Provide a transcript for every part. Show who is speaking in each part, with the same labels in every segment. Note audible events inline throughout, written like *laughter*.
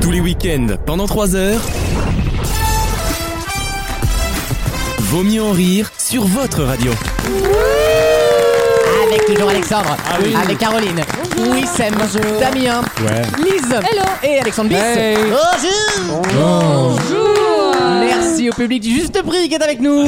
Speaker 1: Tous les week-ends, pendant 3 heures. Vaut mieux en rire sur votre radio.
Speaker 2: Avec toujours Alexandre, avec Caroline, Wissem, Damien, Lise et Alexandre Bis. Bonjour. Merci au public du Juste Prix qui est avec nous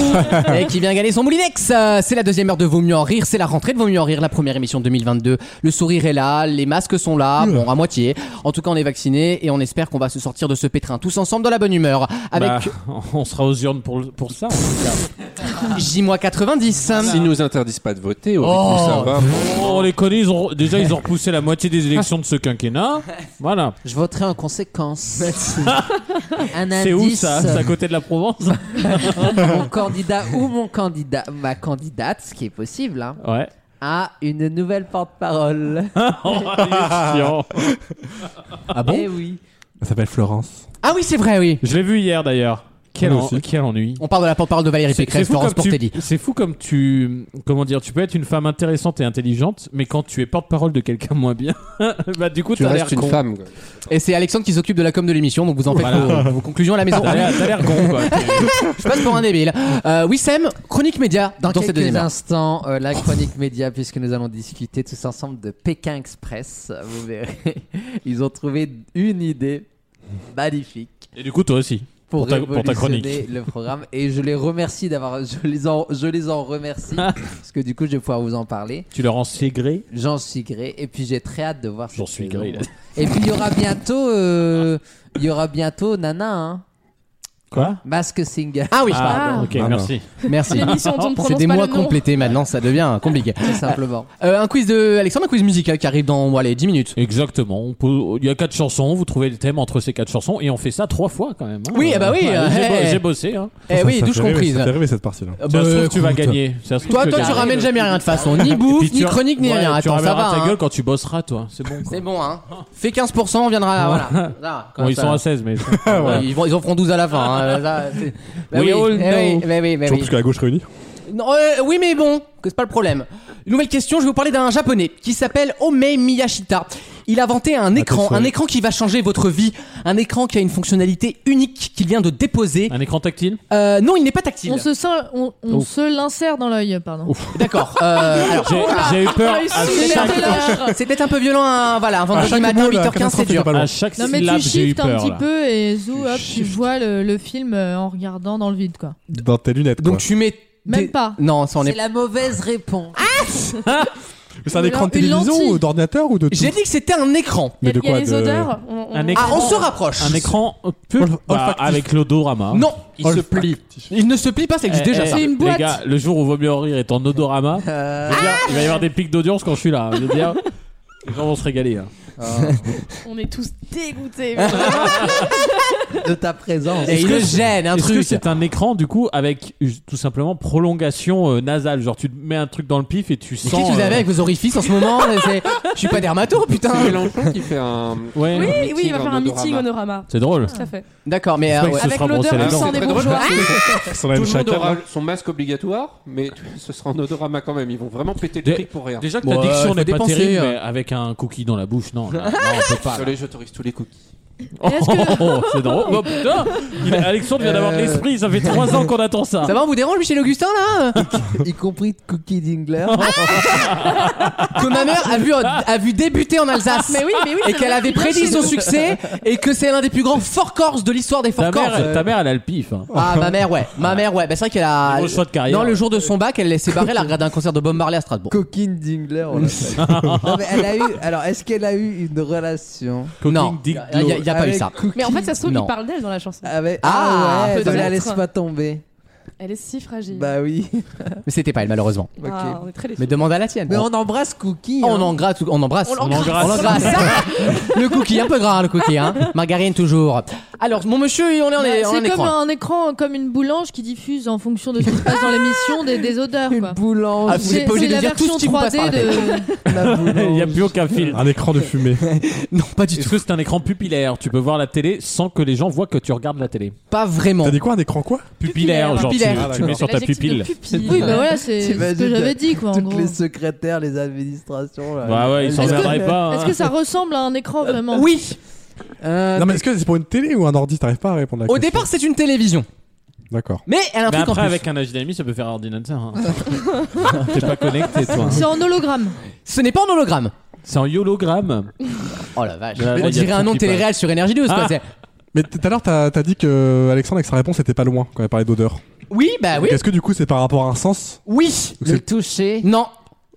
Speaker 2: et qui vient gagner son Moulinex. Euh, C'est la deuxième heure de Vaut mieux en rire, c'est la rentrée de Vaut mieux en rire, la première émission de 2022. Le sourire est là, les masques sont là, bon à moitié. En tout cas, on est vaccinés et on espère qu'on va se sortir de ce pétrin tous ensemble dans la bonne humeur avec
Speaker 3: Bah, *laughs* on sera aux urnes pour, le- pour ça. hein. en tout cas.
Speaker 2: J-90.
Speaker 4: S'ils nous interdisent pas de voter, au
Speaker 2: Oh.
Speaker 4: rythme où ça va,
Speaker 3: on Oh, les connaît, ils ont, déjà ils ont repoussé la moitié des élections de ce quinquennat. Voilà.
Speaker 2: Je voterai en conséquence.
Speaker 5: Un
Speaker 3: C'est où
Speaker 5: indice,
Speaker 3: ça C'est à côté de la Provence
Speaker 5: mon
Speaker 3: *laughs*
Speaker 5: candidat ou mon candidat, ma candidate, ce qui est possible, hein,
Speaker 3: Ouais. *laughs*
Speaker 5: a une nouvelle porte-parole.
Speaker 3: Oh, il est chiant.
Speaker 2: Ah bon
Speaker 5: Eh oui.
Speaker 6: Elle s'appelle Florence.
Speaker 2: Ah oui, c'est vrai, oui.
Speaker 3: Je l'ai vu hier d'ailleurs. Quel,
Speaker 6: Moi
Speaker 3: en-
Speaker 6: aussi.
Speaker 3: quel ennui.
Speaker 2: On parle de la porte-parole de Valérie Pécresse, Florence
Speaker 3: comme
Speaker 2: Portelli.
Speaker 3: tu, c'est fou comme tu. Comment dire Tu peux être une femme intéressante et intelligente, mais quand tu es porte-parole de quelqu'un moins bien, *laughs* bah du coup
Speaker 4: tu
Speaker 3: t'as l'air
Speaker 4: restes une
Speaker 3: con.
Speaker 4: femme. quoi.
Speaker 2: Et c'est Alexandre qui s'occupe de la com de l'émission, donc vous en faites
Speaker 3: Voilà.
Speaker 2: vos, vos conclusions à la maison.
Speaker 3: T'as l'air t'as l'air con quoi.
Speaker 2: Je passe pour un débile. Euh, Wissem, chronique média dans,
Speaker 5: Dans,
Speaker 2: cette
Speaker 5: quelques
Speaker 2: deuxième heure.
Speaker 5: instants, euh, la chronique média, puisque nous allons discuter tous ensemble de Pékin Express. Vous verrez, *laughs* ils ont trouvé une idée magnifique.
Speaker 3: Et du coup toi aussi.
Speaker 5: pour,
Speaker 3: Pour ta- pour ta
Speaker 5: révolutionner
Speaker 3: chronique.
Speaker 5: le programme et je les remercie d'avoir je les en je les en
Speaker 3: *laughs*
Speaker 5: remercie parce que du coup je vais pouvoir vous en parler
Speaker 3: Tu leur en sais gré
Speaker 5: j'en suis gré et puis j'ai très hâte de voir
Speaker 3: J'en
Speaker 5: cette
Speaker 3: suis
Speaker 5: saison.
Speaker 3: gré. il a-
Speaker 5: et puis il y aura bientôt euh, il y aura bientôt Nana hein.
Speaker 3: Quoi
Speaker 5: Masque Singer *laughs*
Speaker 2: Ah oui,
Speaker 3: Ah, ok,
Speaker 6: Ah,
Speaker 3: merci.
Speaker 2: merci.
Speaker 7: L'émission dont on ne
Speaker 2: C'est
Speaker 7: prononce
Speaker 2: des
Speaker 7: pas
Speaker 2: mois
Speaker 7: le nom.
Speaker 2: complétés maintenant, ça devient compliqué.
Speaker 5: tout simplement
Speaker 2: Euh, un quiz de Alexandre, un quiz musical qui arrive dans bon, allez, 10 minutes.
Speaker 3: Exactement. on peut- Il y a quatre chansons. Vous trouvez le thème entre ces quatre chansons et on fait ça trois fois quand même. hein.
Speaker 2: Oui, eh bah oui,
Speaker 3: Ouais,
Speaker 2: euh,
Speaker 3: j'ai bo-
Speaker 2: hey.
Speaker 3: j'ai bossé. Hein.
Speaker 2: Eh oui,
Speaker 6: Ça
Speaker 2: douche
Speaker 6: fait rêver,
Speaker 2: comprise.
Speaker 6: Ça fait rêver cette partie-là.
Speaker 2: Euh,
Speaker 3: Ça se trouve,
Speaker 2: bah,
Speaker 3: tu vas
Speaker 2: écoute.
Speaker 3: gagner. Ça se trouve,
Speaker 2: Toi,
Speaker 3: tu
Speaker 2: toi,
Speaker 3: vas
Speaker 2: tu
Speaker 3: gagner.
Speaker 2: ramènes jamais rien de toute
Speaker 3: *laughs*
Speaker 2: façon, ni
Speaker 3: Et puis
Speaker 2: bouffe,
Speaker 3: tu
Speaker 2: ni
Speaker 3: ra-
Speaker 2: chronique, ni
Speaker 3: ouais,
Speaker 2: rien.
Speaker 3: Tu
Speaker 2: Attends, ça
Speaker 3: ramèneras
Speaker 2: va.
Speaker 3: ta
Speaker 2: hein.
Speaker 3: gueule quand tu bosseras, toi. C'est bon. quoi.
Speaker 2: C'est bon, hein. Fais 15%, on viendra. Voilà. Là, comme
Speaker 3: Bon, ils
Speaker 2: ça.
Speaker 3: sont à 16, mais.
Speaker 2: Ouais, Ils, vont, ils en feront 12 à la fin. hein. Là, c'est- Bah
Speaker 3: We
Speaker 2: oui, eh
Speaker 3: all know.
Speaker 2: oui, bah oui, bah oui.
Speaker 6: Je pense plus que la gauche réunie.
Speaker 2: Non, euh, oui, mais bon, que c'est pas le problème. Une nouvelle question, je vais vous parler d'un japonais qui s'appelle Omei Miyashita. Il a inventé un écran,
Speaker 6: Attention.
Speaker 2: un écran qui va changer votre vie, un écran qui a une fonctionnalité unique qu'il vient de déposer.
Speaker 3: Un écran tactile
Speaker 2: Euh, non, il n'est pas tactile.
Speaker 7: On se, sent- on, on se l'insère dans l'œil, pardon.
Speaker 2: *laughs* D'accord. euh, *laughs* alors,
Speaker 3: J'ai j'ai eu peur.
Speaker 7: Ah,
Speaker 3: À
Speaker 7: il se
Speaker 2: c'est
Speaker 3: chaque,
Speaker 7: met dans l'œil.
Speaker 2: c'est peut-être un peu violent, un, voilà, un vendredi
Speaker 6: chaque
Speaker 2: matin,
Speaker 6: mot, là,
Speaker 2: 8h15, c'est
Speaker 6: catastrophe,
Speaker 2: dur.
Speaker 6: c'est pas le-
Speaker 3: à chaque
Speaker 7: Non mais
Speaker 3: syllabe,
Speaker 7: tu
Speaker 3: j'ai eu
Speaker 7: shiftes un
Speaker 3: peur.
Speaker 7: petit
Speaker 3: là.
Speaker 7: peu et zou,
Speaker 6: Tu
Speaker 7: hop, tu
Speaker 6: shiftes.
Speaker 7: vois le, le film euh, en regardant dans le vide quoi.
Speaker 6: Dans tes lunettes.
Speaker 2: Donc
Speaker 6: quoi.
Speaker 2: tu mets.
Speaker 7: Même
Speaker 2: des-
Speaker 7: pas.
Speaker 2: Non, ça en
Speaker 5: c'est
Speaker 2: est.
Speaker 5: la mauvaise réponse
Speaker 6: C'est un
Speaker 7: Une
Speaker 6: écran de
Speaker 7: lentille.
Speaker 6: télévision ou d'ordinateur ou de tout
Speaker 2: J'ai dit que c'était un écran.
Speaker 7: Il y
Speaker 6: Mais
Speaker 7: a,
Speaker 6: de
Speaker 7: il y a
Speaker 6: quoi,
Speaker 7: les
Speaker 6: de-
Speaker 7: odeurs. on- on-
Speaker 3: Un
Speaker 7: on-
Speaker 2: Ah, on
Speaker 3: Oh.
Speaker 2: se rapproche.
Speaker 3: Un écran euh, peu
Speaker 6: Olf-
Speaker 3: bah,
Speaker 6: olfactif.
Speaker 3: avec l'odorama. hein.
Speaker 2: Non,
Speaker 3: il se plie.
Speaker 2: il ne se plie pas, ça existe déjà. ça. Euh.
Speaker 7: C'est une boîte.
Speaker 3: eh, Les gars, le jour où Vaut mieux en rire est en odorama, je veux dire, il va y avoir des pics d'audience quand je suis là. Je
Speaker 2: *laughs*
Speaker 3: veux dire, les gens vont se régaler. hein.
Speaker 7: On est tous dégoûtés.
Speaker 5: de ta présence
Speaker 2: Et il le gêne, un
Speaker 3: Est-ce que
Speaker 2: truc.
Speaker 3: c'est un écran du coup avec euh, tout simplement prolongation euh, nasale Genre tu mets un truc dans le pif et tu
Speaker 2: Mais
Speaker 3: sens.
Speaker 2: Qu'est-ce que vous
Speaker 3: euh,
Speaker 2: avez avec vos orifices en ce moment C'est- Je suis pas dermato, putain.
Speaker 4: *laughs*
Speaker 2: Ben,
Speaker 4: C'est Mélenchon qui fait un.
Speaker 3: Ouais.
Speaker 7: oui, oui, il
Speaker 4: meeting
Speaker 7: va faire
Speaker 4: en
Speaker 7: un meeting
Speaker 4: odorama.
Speaker 7: onorama.
Speaker 3: C'est drôle.
Speaker 7: Tout à fait.
Speaker 2: D'accord, Ah, mais
Speaker 3: J'espère
Speaker 2: euh,
Speaker 3: que
Speaker 2: ouais.
Speaker 3: ce
Speaker 7: Avec
Speaker 3: sera brossé
Speaker 7: l'odeur du
Speaker 3: les dents.
Speaker 7: sang des
Speaker 4: C'est très drôle
Speaker 7: bourgeois.
Speaker 4: parce
Speaker 6: Sans
Speaker 4: Tout
Speaker 6: la
Speaker 4: le
Speaker 6: même
Speaker 4: monde
Speaker 6: chacun.
Speaker 4: aura
Speaker 6: hein.
Speaker 4: son masque obligatoire, mais tu- ce sera en odorama quand même. Ils vont vraiment péter le
Speaker 3: Dé-
Speaker 4: truc pour rien.
Speaker 3: Déjà que
Speaker 2: Bon,
Speaker 3: ta
Speaker 2: euh, faut
Speaker 3: diction n'est pas
Speaker 2: dépenser,
Speaker 3: terrible,
Speaker 2: hein.
Speaker 3: mais avec un cookie dans la bouche, non. là, là, on peut pas. là.
Speaker 2: *laughs*
Speaker 4: Désolé, j'autorise tous les cookies.
Speaker 3: Oh,
Speaker 7: Et est-ce que-
Speaker 3: oh, c'est drôle. Oh, putain Il- Alexandre vient d'avoir de
Speaker 5: Euh.
Speaker 3: l'esprit, ça fait 3 ans qu'on attend ça.
Speaker 2: Ça va, on vous dérange, Michel Augustin, là
Speaker 5: y compris Cookie Dingler
Speaker 2: Ah Que ma mère a vu, a vu débuter en Alsace.
Speaker 7: Mais oui, mais oui.
Speaker 2: Et
Speaker 7: ça
Speaker 2: qu'elle
Speaker 7: va,
Speaker 2: avait
Speaker 7: il vient
Speaker 2: prédit
Speaker 7: chez
Speaker 2: son
Speaker 7: nous.
Speaker 2: succès et que c'est l'un des plus grands forts corps de l'histoire des
Speaker 3: ta,
Speaker 2: forts corps.
Speaker 3: mère,
Speaker 5: euh,
Speaker 3: ta mère, elle a le pif. hein.
Speaker 2: Ah, ma mère, ouais. Ma mère, ouais. Bah, c'est vrai qu'elle a.
Speaker 3: Gros choix de carrière.
Speaker 2: Dans le jour de son bac, elle s'est barrée, elle a regardé un concert de Bob Marley à Strasbourg.
Speaker 5: Coquine Dingler on l'appelle. non mais elle a eu alors est-ce qu'elle a eu une relation
Speaker 2: non, il
Speaker 3: Dick
Speaker 2: n'y a, y a- y a pas eu
Speaker 5: avec
Speaker 2: ça.
Speaker 5: Cookie
Speaker 7: Mais en fait, ça se trouve,
Speaker 2: Non.
Speaker 7: il parle d'elle dans la chanson.
Speaker 5: avec...
Speaker 2: Ah,
Speaker 5: ah, ouais,
Speaker 7: peut-être.
Speaker 5: ne la laisse pas tomber
Speaker 7: Elle est si fragile.
Speaker 5: bah oui
Speaker 2: Mais c'était pas elle, malheureusement.
Speaker 5: ok
Speaker 7: Ah, on est très
Speaker 2: Mais
Speaker 7: déçus.
Speaker 2: demande à la tienne.
Speaker 5: Mais on embrasse Cookie.
Speaker 2: Oh,
Speaker 5: hein.
Speaker 2: on embrasse, on embrasse.
Speaker 7: On
Speaker 3: On
Speaker 7: l'embrasse.
Speaker 3: l'embrasse.
Speaker 2: On l'embrasse. le cookie, un peu gras, le cookie, hein. Margarine toujours. Alors, mon monsieur, on est en,
Speaker 7: Bah, C'est
Speaker 2: est,
Speaker 7: comme
Speaker 2: écran.
Speaker 7: un écran, comme une boulange qui diffuse en fonction de ce qui se passe dans l'émission des, des odeurs.
Speaker 5: Une *laughs*
Speaker 7: quoi.
Speaker 2: Ah,
Speaker 5: boulange.
Speaker 2: vous êtes pas obligé de
Speaker 7: la
Speaker 2: dire tout
Speaker 7: version
Speaker 2: ce qui vous passe par la
Speaker 7: 3D de.
Speaker 5: la
Speaker 3: *laughs* Il n'y a
Speaker 5: boulange.
Speaker 3: plus aucun fil.
Speaker 6: Un écran de fumée.
Speaker 2: Non, pas du
Speaker 3: Est-ce
Speaker 2: Ah, tout.
Speaker 3: que c'est un écran pupillaire Tu peux voir la télé sans que les gens voient que tu regardes la télé.
Speaker 2: Pas vraiment.
Speaker 6: T'as dit quoi Un écran quoi
Speaker 3: Pupillaire, genre tu-
Speaker 2: Pupillaire.
Speaker 3: tu, mets sur ta
Speaker 7: l'adjectif de
Speaker 3: pupille.
Speaker 7: pupille. Oui, bah voilà, c'est c'est ce
Speaker 5: T'imagines
Speaker 7: que j'avais dit, quoi, en
Speaker 5: Toutes
Speaker 7: gros.
Speaker 5: les secrétaires, les administrations. Là,
Speaker 3: Bah ouais, ils s'en
Speaker 7: Est-ce que-
Speaker 3: verdraient pas.
Speaker 7: Est-ce
Speaker 3: hein.
Speaker 7: que ça ressemble à un écran vraiment
Speaker 2: Oui. Euh,
Speaker 6: Non, mais est-ce que c'est pour une télé ou un ordi T'arrives pas à répondre à la
Speaker 2: Au
Speaker 6: question.
Speaker 2: départ, c'est une télévision.
Speaker 6: D'accord.
Speaker 2: Mais elle a un
Speaker 3: Mais
Speaker 2: truc en
Speaker 3: après,
Speaker 2: plus.
Speaker 3: avec un Aginami, ça peut faire un ordinateur. hein. T'es pas connecté, toi.
Speaker 7: C'est en hologramme.
Speaker 2: Ce n'est pas en hologramme.
Speaker 3: C'est en yologramme.
Speaker 2: Oh la vache.
Speaker 3: Mais là, Bah, il y
Speaker 2: On
Speaker 3: a
Speaker 2: dirait
Speaker 3: tout
Speaker 2: un nom de
Speaker 3: qui passe.
Speaker 2: télé-réal sur Énergie 12. quoi,
Speaker 3: Ah.
Speaker 2: c'est-
Speaker 6: Mais tout à l'heure, t'as t'as dit que euh, Alexandre, avec sa réponse, était pas loin quand il parlait d'odeur.
Speaker 2: Oui, bah oui.
Speaker 6: Donc, Est-ce que du coup, c'est par rapport à un sens
Speaker 2: Oui.
Speaker 6: Ou
Speaker 5: Le
Speaker 6: c'est-
Speaker 5: toucher,
Speaker 2: Non.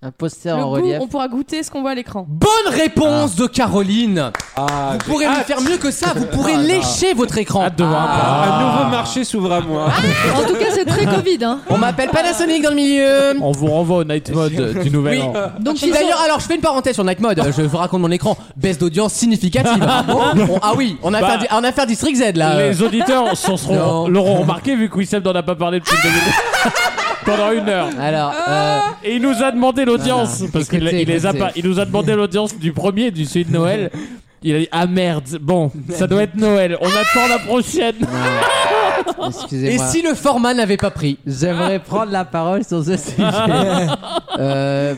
Speaker 5: un poster
Speaker 7: Le
Speaker 5: en
Speaker 7: goût,
Speaker 5: relief.
Speaker 7: on pourra goûter ce qu'on voit à l'écran.
Speaker 2: Bonne réponse
Speaker 3: Ah.
Speaker 2: de Caroline. vous pourrez me faire mieux que ça. Vous pourrez lécher votre écran. Ah.
Speaker 3: Hâte de voir.
Speaker 1: Ah.
Speaker 4: Un nouveau marché s'ouvre à moi.
Speaker 7: En tout cas,
Speaker 2: *laughs*
Speaker 7: c'est très Covid. Hein.
Speaker 2: On m'appelle Panasonic dans le milieu.
Speaker 3: On vous renvoie au night mode du nouvel an.
Speaker 7: Donc,
Speaker 2: Et
Speaker 7: ils
Speaker 2: D'ailleurs, alors je fais une parenthèse sur Night Mode. Je vous raconte mon écran. Baisse d'audience significative. *laughs* On- ah oui, on a,
Speaker 3: Bah.
Speaker 2: fait, un- on a fait un District Z là. euh.
Speaker 3: Les auditeurs s'en seront-
Speaker 2: Non.
Speaker 3: l'auront remarqué vu que Wissem n'en a pas parlé depuis le début. Pendant une heure.
Speaker 2: Alors, euh,
Speaker 3: Et il nous a demandé l'audience.
Speaker 2: Voilà.
Speaker 3: Parce qu'il
Speaker 2: Écoutez,
Speaker 3: il les a
Speaker 2: écoutez.
Speaker 3: pas. Il nous a demandé l'audience du premier et du celui de Noël. Il a dit Ah merde, bon, ça doit être Noël. On attend la prochaine.
Speaker 2: et
Speaker 7: Ah
Speaker 5: Excusez-moi.
Speaker 2: si le format n'avait pas pris
Speaker 5: J'aimerais prendre la parole sur ce sujet. Euh,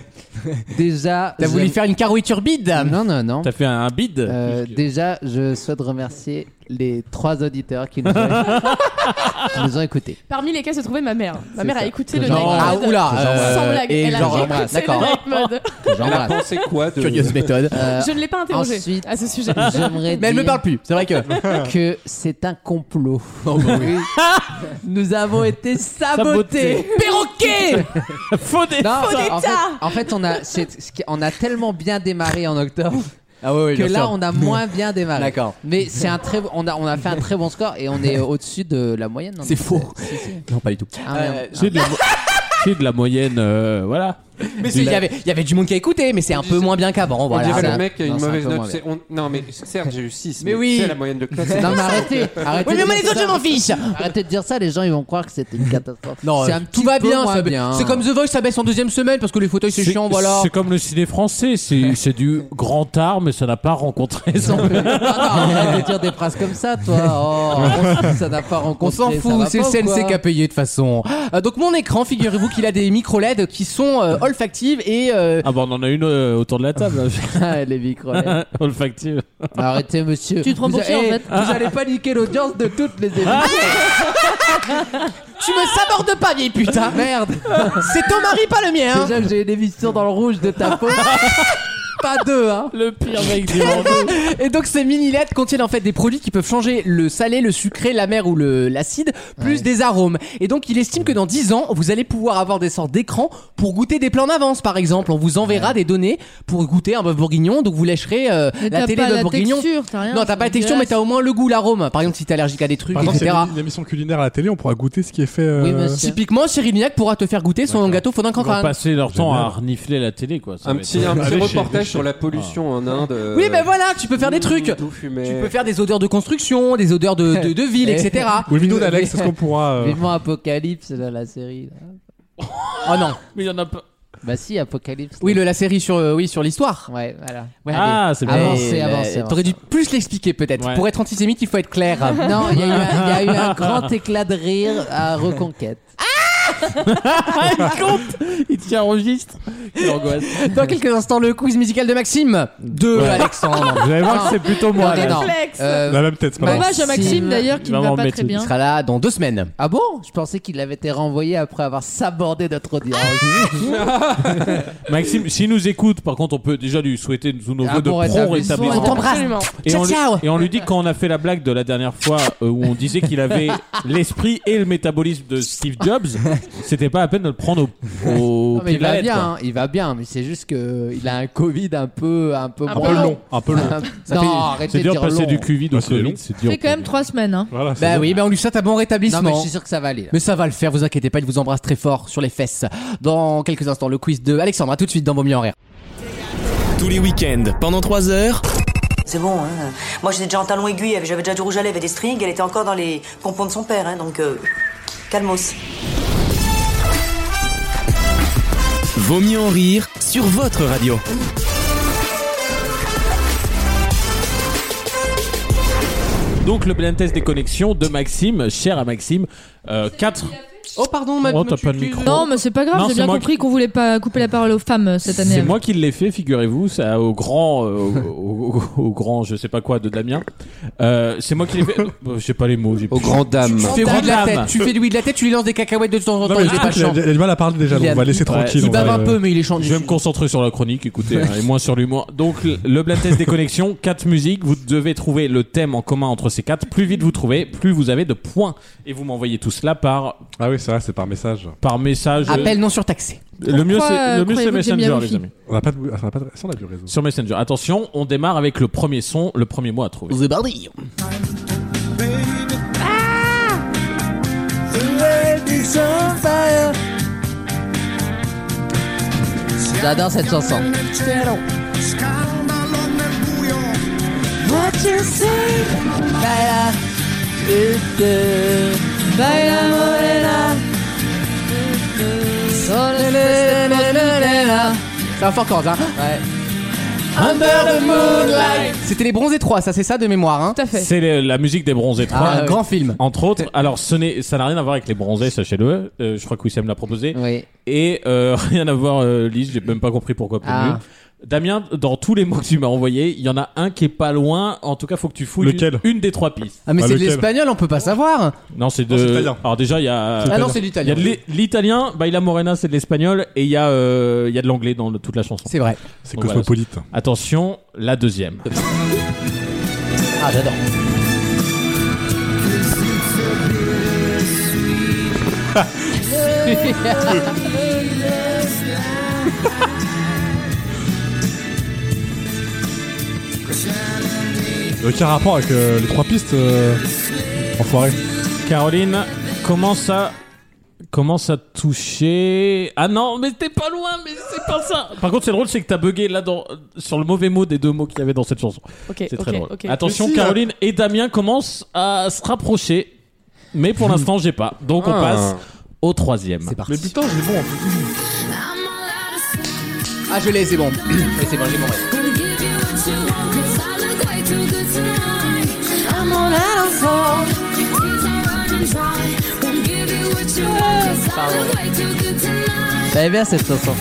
Speaker 5: déjà.
Speaker 2: T'as voulu
Speaker 5: j'aime-
Speaker 2: faire une carouiture bide
Speaker 5: Non, non, non.
Speaker 3: T'as fait un bid
Speaker 5: Euh, déjà, je souhaite remercier les trois auditeurs qui
Speaker 2: *laughs*
Speaker 5: nous ont, qui nous ont écoutés.
Speaker 7: Parmi lesquels se trouvait ma mère. Ma
Speaker 5: C'est
Speaker 7: mère a
Speaker 5: ça.
Speaker 7: écouté le
Speaker 5: Genre,
Speaker 7: Night
Speaker 2: Ah
Speaker 7: Mode.
Speaker 2: oula euh,
Speaker 7: Sans blague,
Speaker 2: Et
Speaker 7: elle a
Speaker 2: genre
Speaker 7: écouté
Speaker 5: j'embrasse,
Speaker 7: le
Speaker 2: d'accord.
Speaker 7: Night Mode.
Speaker 5: que
Speaker 4: Elle a
Speaker 5: J'embrasse.
Speaker 4: pensé quoi de
Speaker 2: Curieuse méthode.
Speaker 5: Euh,
Speaker 7: Je ne l'ai pas interrogée
Speaker 5: ensuite-
Speaker 7: à ce sujet.
Speaker 5: J'aimerais
Speaker 2: Mais elle me
Speaker 5: dire
Speaker 2: parle plus, Oh, bah c'est vrai que.
Speaker 5: que c'est un complot.
Speaker 2: *laughs*
Speaker 5: nous avons été sabotés.
Speaker 2: Perroquet
Speaker 3: Faux dé-
Speaker 5: Non, en,
Speaker 7: d'état.
Speaker 5: fait, en fait, on a, c'est- ce qui- on a tellement bien démarré en octobre
Speaker 2: Ah oui, oui,
Speaker 5: que
Speaker 2: bien
Speaker 5: là,
Speaker 2: sûr.
Speaker 5: on a moins bien démarré.
Speaker 2: D'accord.
Speaker 5: Mais c'est un très, on a, on a fait un très bon score et on
Speaker 2: *laughs*
Speaker 5: est au-dessus de la moyenne. non
Speaker 2: C'est faux.
Speaker 5: Si, si.
Speaker 2: Non, pas du tout.
Speaker 5: Ah,
Speaker 2: Euh,
Speaker 5: merde.
Speaker 3: C'est de, la mo- c'est de la moyenne, euh, voilà.
Speaker 2: Mais c'est- il y avait- il y avait du monde qui a écouté, mais c'est un peu moins bien qu'avant.
Speaker 4: On
Speaker 2: Voilà.
Speaker 4: dirait
Speaker 5: ça-
Speaker 4: le mec qui a
Speaker 5: non,
Speaker 4: une
Speaker 5: c'est un
Speaker 4: mauvaise
Speaker 5: peu
Speaker 4: note.
Speaker 5: mauvais.
Speaker 4: c'est- on- Non, mais certes, j'ai eu 6.
Speaker 2: Mais oui.
Speaker 4: C'est la moyenne de classe.
Speaker 5: Non mais arrêtez,
Speaker 2: *laughs*
Speaker 5: arrêtez.
Speaker 2: Oui, mais
Speaker 5: de
Speaker 2: moi
Speaker 5: dire
Speaker 2: les autres,
Speaker 5: ça.
Speaker 2: je m'en fiche
Speaker 5: Arrêtez de dire ça, les gens ils vont croire que c'était une catastrophe.
Speaker 2: Non,
Speaker 5: c'est
Speaker 2: euh,
Speaker 5: un
Speaker 2: tout
Speaker 5: petit
Speaker 2: va
Speaker 5: peu
Speaker 2: bien,
Speaker 5: moins
Speaker 2: ça-
Speaker 5: bien.
Speaker 2: C'est
Speaker 5: *laughs*
Speaker 2: comme The Voice, ça baisse en deuxième semaine parce que les fauteuils c'est chiant, voilà.
Speaker 3: c'est comme le ciné français, *laughs* c'est c'est du grand art, mais ça n'a pas rencontré son.
Speaker 5: Non, non, arrête de dire des phrases comme ça, toi. Oh, on- ça n'a pas
Speaker 2: On
Speaker 5: rencontré.
Speaker 2: s'en
Speaker 5: ça
Speaker 2: fout,
Speaker 5: va
Speaker 2: c'est le
Speaker 5: pas ou
Speaker 2: CNC
Speaker 5: quoi
Speaker 2: qui a payé de toute façon. Euh, donc mon écran, figurez-vous qu'il a des micro LED qui sont euh, olfactives et euh,
Speaker 3: *laughs* Ah bon, on en a une euh, autour de la table, hein,
Speaker 5: Ah, Les micros. les-
Speaker 3: *laughs* olfactive.
Speaker 5: Arrêtez, monsieur.
Speaker 7: Tu te rends
Speaker 5: Vous
Speaker 7: pour
Speaker 5: a-
Speaker 7: qui, en
Speaker 5: eh,
Speaker 7: fait
Speaker 5: Vous allez pas niquer l'audience de toutes les émissions.
Speaker 2: tu me sabordes pas vieille putain.
Speaker 5: *laughs* Merde.
Speaker 2: *laughs* C'est ton mari pas le
Speaker 7: Ah,
Speaker 2: mien. hein.
Speaker 5: Déjà que j'ai une émission dans le rouge de ta
Speaker 7: *laughs*
Speaker 5: faute. pas deux, hein.
Speaker 3: Le pire mec du monde.
Speaker 2: *laughs* Et donc ces mini LED contiennent en fait des produits qui peuvent changer le salé, le sucré, l'amère ou le- l'acide, plus
Speaker 5: Ouais.
Speaker 2: des arômes. Et donc il estime que dans 10 ans, vous allez pouvoir avoir des sortes d'écrans pour goûter des plans d'avance par exemple. On vous enverra des données pour goûter un bœuf bourguignon, donc vous lâcherez euh,
Speaker 7: Mais
Speaker 2: la
Speaker 7: t'as
Speaker 2: télé
Speaker 7: pas
Speaker 2: de
Speaker 7: la
Speaker 2: bourguignon.
Speaker 7: texture, t'as rien.
Speaker 2: non, t'as pas la texture, mais t'as au moins le goût, l'arôme. Par exemple, si t'es allergique à des trucs,
Speaker 6: Par exemple, s'il y
Speaker 2: etc.
Speaker 6: a une, une émission culinaire à la télé, on pourra goûter ce qui est fait. euh,
Speaker 5: Oui, monsieur.
Speaker 2: Typiquement, Cyril Lignac pourra te faire goûter son
Speaker 3: D'accord.
Speaker 2: gâteau fondant
Speaker 3: Ils vont
Speaker 2: campagne.
Speaker 3: passer leur temps
Speaker 6: Génial.
Speaker 3: à renifler la télé, quoi. ça
Speaker 4: Un
Speaker 3: va *laughs*
Speaker 4: petit,
Speaker 3: être-
Speaker 4: un petit
Speaker 6: Allez,
Speaker 4: reportage
Speaker 6: chez-
Speaker 4: sur la pollution en Inde. euh,
Speaker 2: Oui, ben voilà, tu peux faire des trucs.
Speaker 4: Tout fumé.
Speaker 2: Tu peux faire des odeurs de construction, des odeurs de, de, de ville, etc.
Speaker 3: *laughs*
Speaker 6: Ou le vidéo d'Alex, est-ce qu'on pourra. euh,
Speaker 5: Vivement Apocalypse, là, la série. là.
Speaker 2: Oh non.
Speaker 3: Mais il y en a pas.
Speaker 5: Bah si, Apocalypse.
Speaker 2: Oui, le, la série sur, euh, oui, sur l'histoire.
Speaker 5: Ouais, voilà.
Speaker 3: Ah, c'est
Speaker 5: Allez.
Speaker 3: bien.
Speaker 5: Avancez,
Speaker 2: Eh,
Speaker 5: avancez,
Speaker 2: euh, T'aurais dû plus l'expliquer peut-être.
Speaker 3: Ouais.
Speaker 2: Pour être antisémite, il faut être clair.
Speaker 5: Non, il y, a eu un- il y a eu un grand éclat de rire à Reconquête.
Speaker 3: Il tient registre. Quelle angoisse.
Speaker 2: *laughs* Dans quelques instants, le quiz musical de Maxime de
Speaker 3: Ouais.
Speaker 2: Alexandre.
Speaker 3: Vous allez voir que c'est plutôt moi.
Speaker 5: Non,
Speaker 3: là.
Speaker 5: non.
Speaker 7: Réflexe.
Speaker 5: Euh,
Speaker 6: La Bah, même
Speaker 2: Bah,
Speaker 6: tête, c'est pas grave.
Speaker 7: Hommage à Maxime d'ailleurs qui
Speaker 3: Il va
Speaker 7: ne
Speaker 3: m'en
Speaker 7: va pas
Speaker 3: mettre
Speaker 7: très
Speaker 3: une.
Speaker 2: Il
Speaker 7: bien.
Speaker 2: sera là dans deux semaines.
Speaker 5: Ah bon Je pensais qu'il avait été renvoyé après avoir sabordé notre audience.
Speaker 3: Maxime, s'il nous écoute, par contre, on peut déjà lui souhaiter tous nos
Speaker 5: Ah,
Speaker 3: vœux de
Speaker 5: bon
Speaker 3: prompt
Speaker 5: rétablissement.
Speaker 2: On
Speaker 3: rétablissement.
Speaker 2: t'embrasse.
Speaker 7: Absolument.
Speaker 3: Et
Speaker 2: Ciao,
Speaker 3: on, lui,
Speaker 2: ciao.
Speaker 3: et on lui dit quand on a fait la blague de la dernière fois euh, où on disait qu'il avait
Speaker 2: *laughs*
Speaker 3: l'esprit et le métabolisme de Steve Jobs, c'était pas à peine de le prendre au, au
Speaker 5: Non, mais
Speaker 3: pied
Speaker 5: il
Speaker 3: de la
Speaker 5: va
Speaker 3: lettre.
Speaker 5: bien, hein, il va bien, mais c'est juste que il a un Covid un peu, un peu
Speaker 7: Un
Speaker 5: moins
Speaker 7: peu long.
Speaker 3: Un peu long.
Speaker 5: non,
Speaker 2: fait-
Speaker 5: arrêtez
Speaker 3: C'est
Speaker 5: de
Speaker 3: dur de
Speaker 5: dire
Speaker 3: passer
Speaker 5: long.
Speaker 3: du Covid au
Speaker 6: Bah, c'est
Speaker 3: Covid.
Speaker 6: long.
Speaker 3: C'est dur.
Speaker 7: Fait quand même trois semaines. Hein.
Speaker 6: Voilà, c'est
Speaker 2: Bah
Speaker 6: bon.
Speaker 2: oui, bah on lui souhaite un bon rétablissement.
Speaker 5: Non, mais je suis sûr que ça va aller. là.
Speaker 2: Mais ça va le faire, vous inquiétez pas, il vous embrasse très fort sur les fesses. Dans quelques instants, le quiz de Alexandre, à tout de suite dans Vaut mieux en rire.
Speaker 1: Tous les week-ends, pendant 3 heures,
Speaker 8: C'est bon, hein. Moi, j'étais déjà en talon aiguille, j'avais déjà du rouge à lèvres et des strings, elle était encore dans les pompons de son père, hein, donc euh, calmos.
Speaker 1: Vaut mieux en rire sur votre radio.
Speaker 3: Donc le blind test des connexions de Maxime, cher à Maxime, 4
Speaker 2: Oh, pardon, ma
Speaker 3: euh, Oh, t'as pas de micro.
Speaker 7: Non, mais c'est pas
Speaker 3: Non,
Speaker 7: grave, j'ai
Speaker 3: c'est
Speaker 7: bien
Speaker 3: moi
Speaker 7: compris qu'on voulait pas couper la parole aux femmes euh, cette année.
Speaker 3: C'est moi qui l'ai fait, figurez-vous, ça au grand, euh, au, au- au- au grand, je sais pas quoi de Damien. Euh, c'est moi qui l'ai fait. Je sais pas les mots. j'ai
Speaker 4: Au
Speaker 3: plus.
Speaker 4: grand dame.
Speaker 3: Tu fais
Speaker 2: T'as
Speaker 3: bruit
Speaker 2: de
Speaker 3: de
Speaker 2: la tête,
Speaker 3: lame.
Speaker 2: tu fais du oui de la tête, tu lui lances des cacahuètes de temps en temps,
Speaker 6: mais
Speaker 2: il
Speaker 6: je
Speaker 2: est pas
Speaker 6: crois qu'il a-
Speaker 2: chiant.
Speaker 6: il a du mal à parler déjà,
Speaker 2: Il
Speaker 6: donc
Speaker 2: a-
Speaker 6: on va laisser
Speaker 3: Ouais,
Speaker 6: tranquille.
Speaker 2: Il
Speaker 6: on va-
Speaker 2: bave un peu, mais il est chiant.
Speaker 3: Je vais me concentrer sur la chronique, écoutez,
Speaker 7: *laughs*
Speaker 3: hein, et moins sur l'humour. Donc, le- le blind test déconnexion, *laughs* quatre musiques. Vous devez trouver le thème en commun entre ces quatre. Plus vite vous trouvez, plus vous avez de points. Et vous m'envoyez tout cela par,
Speaker 6: Ah oui, c'est vrai, c'est par message.
Speaker 3: par message.
Speaker 2: Appel non surtaxé.
Speaker 3: Le mieux, c'est,
Speaker 7: Pourquoi,
Speaker 3: le
Speaker 7: euh,
Speaker 3: mieux, c'est
Speaker 7: croyez-vous que j'aime bien
Speaker 3: Messenger,
Speaker 7: les
Speaker 3: les
Speaker 7: filles
Speaker 3: amis.
Speaker 6: On n'a pas de... ah, on a pas de- si, on a du réseau.
Speaker 3: Sur Messenger. Attention, on démarre avec le premier son, le premier mot à trouver.
Speaker 2: The Bardi.
Speaker 5: Ah! J'adore cette chanson.
Speaker 7: Baila morena.
Speaker 2: C'est un fort chord, hein. C'était les Bronzés 3, ça c'est ça de mémoire, hein.
Speaker 7: Tout à fait.
Speaker 3: C'est le- la musique des bronzés 3.
Speaker 7: Ah,
Speaker 2: un grand
Speaker 7: euh.
Speaker 2: film.
Speaker 3: Entre autres, alors ce n'est, ça n'a rien à voir avec les bronzés, sachez-le. Euh, je crois que Wissem l'a proposé.
Speaker 5: Oui.
Speaker 3: Et euh, *laughs* rien à voir, euh, Lise, j'ai même pas compris pourquoi. pour
Speaker 5: Ah.
Speaker 3: lui. Damien, dans tous les mots que tu m'as envoyé, il y en a un qui est pas loin. En tout cas, faut que tu fouilles
Speaker 6: Lequel
Speaker 3: une, une des trois pistes.
Speaker 2: Ah, mais
Speaker 6: Bah,
Speaker 2: c'est de
Speaker 6: lequel
Speaker 2: l'espagnol, on peut pas savoir.
Speaker 3: Non, c'est de.
Speaker 6: c'est italien.
Speaker 3: alors déjà, il y a.
Speaker 2: Ah non, c'est
Speaker 3: Il y a
Speaker 2: l'italien.
Speaker 3: de l'I- l'italien, Baila Morena, c'est de l'espagnol, et il y a, euh, il y a de l'anglais dans le- toute la chanson.
Speaker 2: bah, C'est vrai.
Speaker 6: C'est
Speaker 3: Bon, voilà.
Speaker 6: cosmopolite.
Speaker 3: Attention, la deuxième.
Speaker 2: Ah, j'adore.
Speaker 6: Aucun rapport avec euh, les trois pistes euh... enfoiré.
Speaker 3: Caroline, comment ça commence à toucher Ah non, mais t'es pas loin, mais c'est pas ça. Par contre, c'est drôle, c'est que t'as bugué là dans sur le mauvais mot des deux mots qu'il y avait dans cette chanson.
Speaker 7: Ok,
Speaker 3: C'est
Speaker 7: ok,
Speaker 3: très drôle.
Speaker 7: ok.
Speaker 3: Attention,
Speaker 6: Mais si,
Speaker 3: Caroline et Damien commencent à se rapprocher, mais pour l'instant, j'ai pas. Donc on
Speaker 4: Ah.
Speaker 3: passe au troisième.
Speaker 2: C'est parti.
Speaker 6: Mais putain, je l'ai bon.
Speaker 2: Ah, je l'ai, c'est bon. Oui, c'est bon, j'ai bon. ouais.
Speaker 5: Elle est bien cette chanson.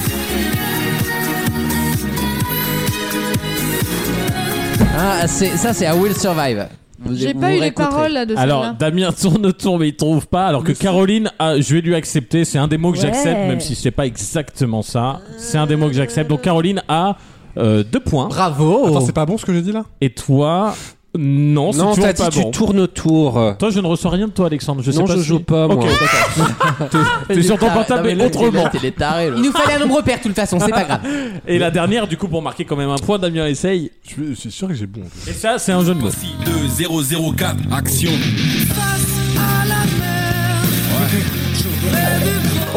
Speaker 5: Ah, c'est- ça c'est I Will Survive. Vous-
Speaker 7: J'ai
Speaker 5: vous
Speaker 7: pas eu les
Speaker 5: réécouterez.
Speaker 7: paroles là, de
Speaker 3: Alors,
Speaker 7: celle-là.
Speaker 3: Damien *laughs* tourne, tourne, mais il trouve pas. Alors que Caroline, ah, je vais lui accepter. C'est un des mots que j'accepte, même si c'est pas exactement ça. C'est un des mots que j'accepte. Donc, Caroline a euh, deux points.
Speaker 2: Bravo.
Speaker 6: Attends, c'est pas bon ce que j'ai dit là
Speaker 3: Et toi, non, c'est
Speaker 4: Non,
Speaker 3: toujours
Speaker 4: t'as
Speaker 3: pas
Speaker 4: dit tu
Speaker 3: bon.
Speaker 4: tournes autour.
Speaker 3: Toi, je ne reçois rien de toi, Alexandre. Je sais
Speaker 4: Non,
Speaker 3: pas
Speaker 4: je
Speaker 3: si-
Speaker 4: joue pas,
Speaker 3: Ok,
Speaker 4: moi.
Speaker 3: d'accord. T'es- T'es sur ton
Speaker 5: Ah,
Speaker 3: portable,
Speaker 5: non,
Speaker 3: mais
Speaker 5: là,
Speaker 3: autrement.
Speaker 5: t'es- t'es taré, là.
Speaker 2: Il nous fallait un nombre repère, de toute façon, c'est pas *laughs* grave.
Speaker 3: *laughs* Et la dernière, du coup, pour marquer quand même un point, Damien essaye.
Speaker 6: je suis, je suis sûr que j'ai bon.
Speaker 3: Et ça, c'est un jeu de mots.
Speaker 9: Voici le 004 action.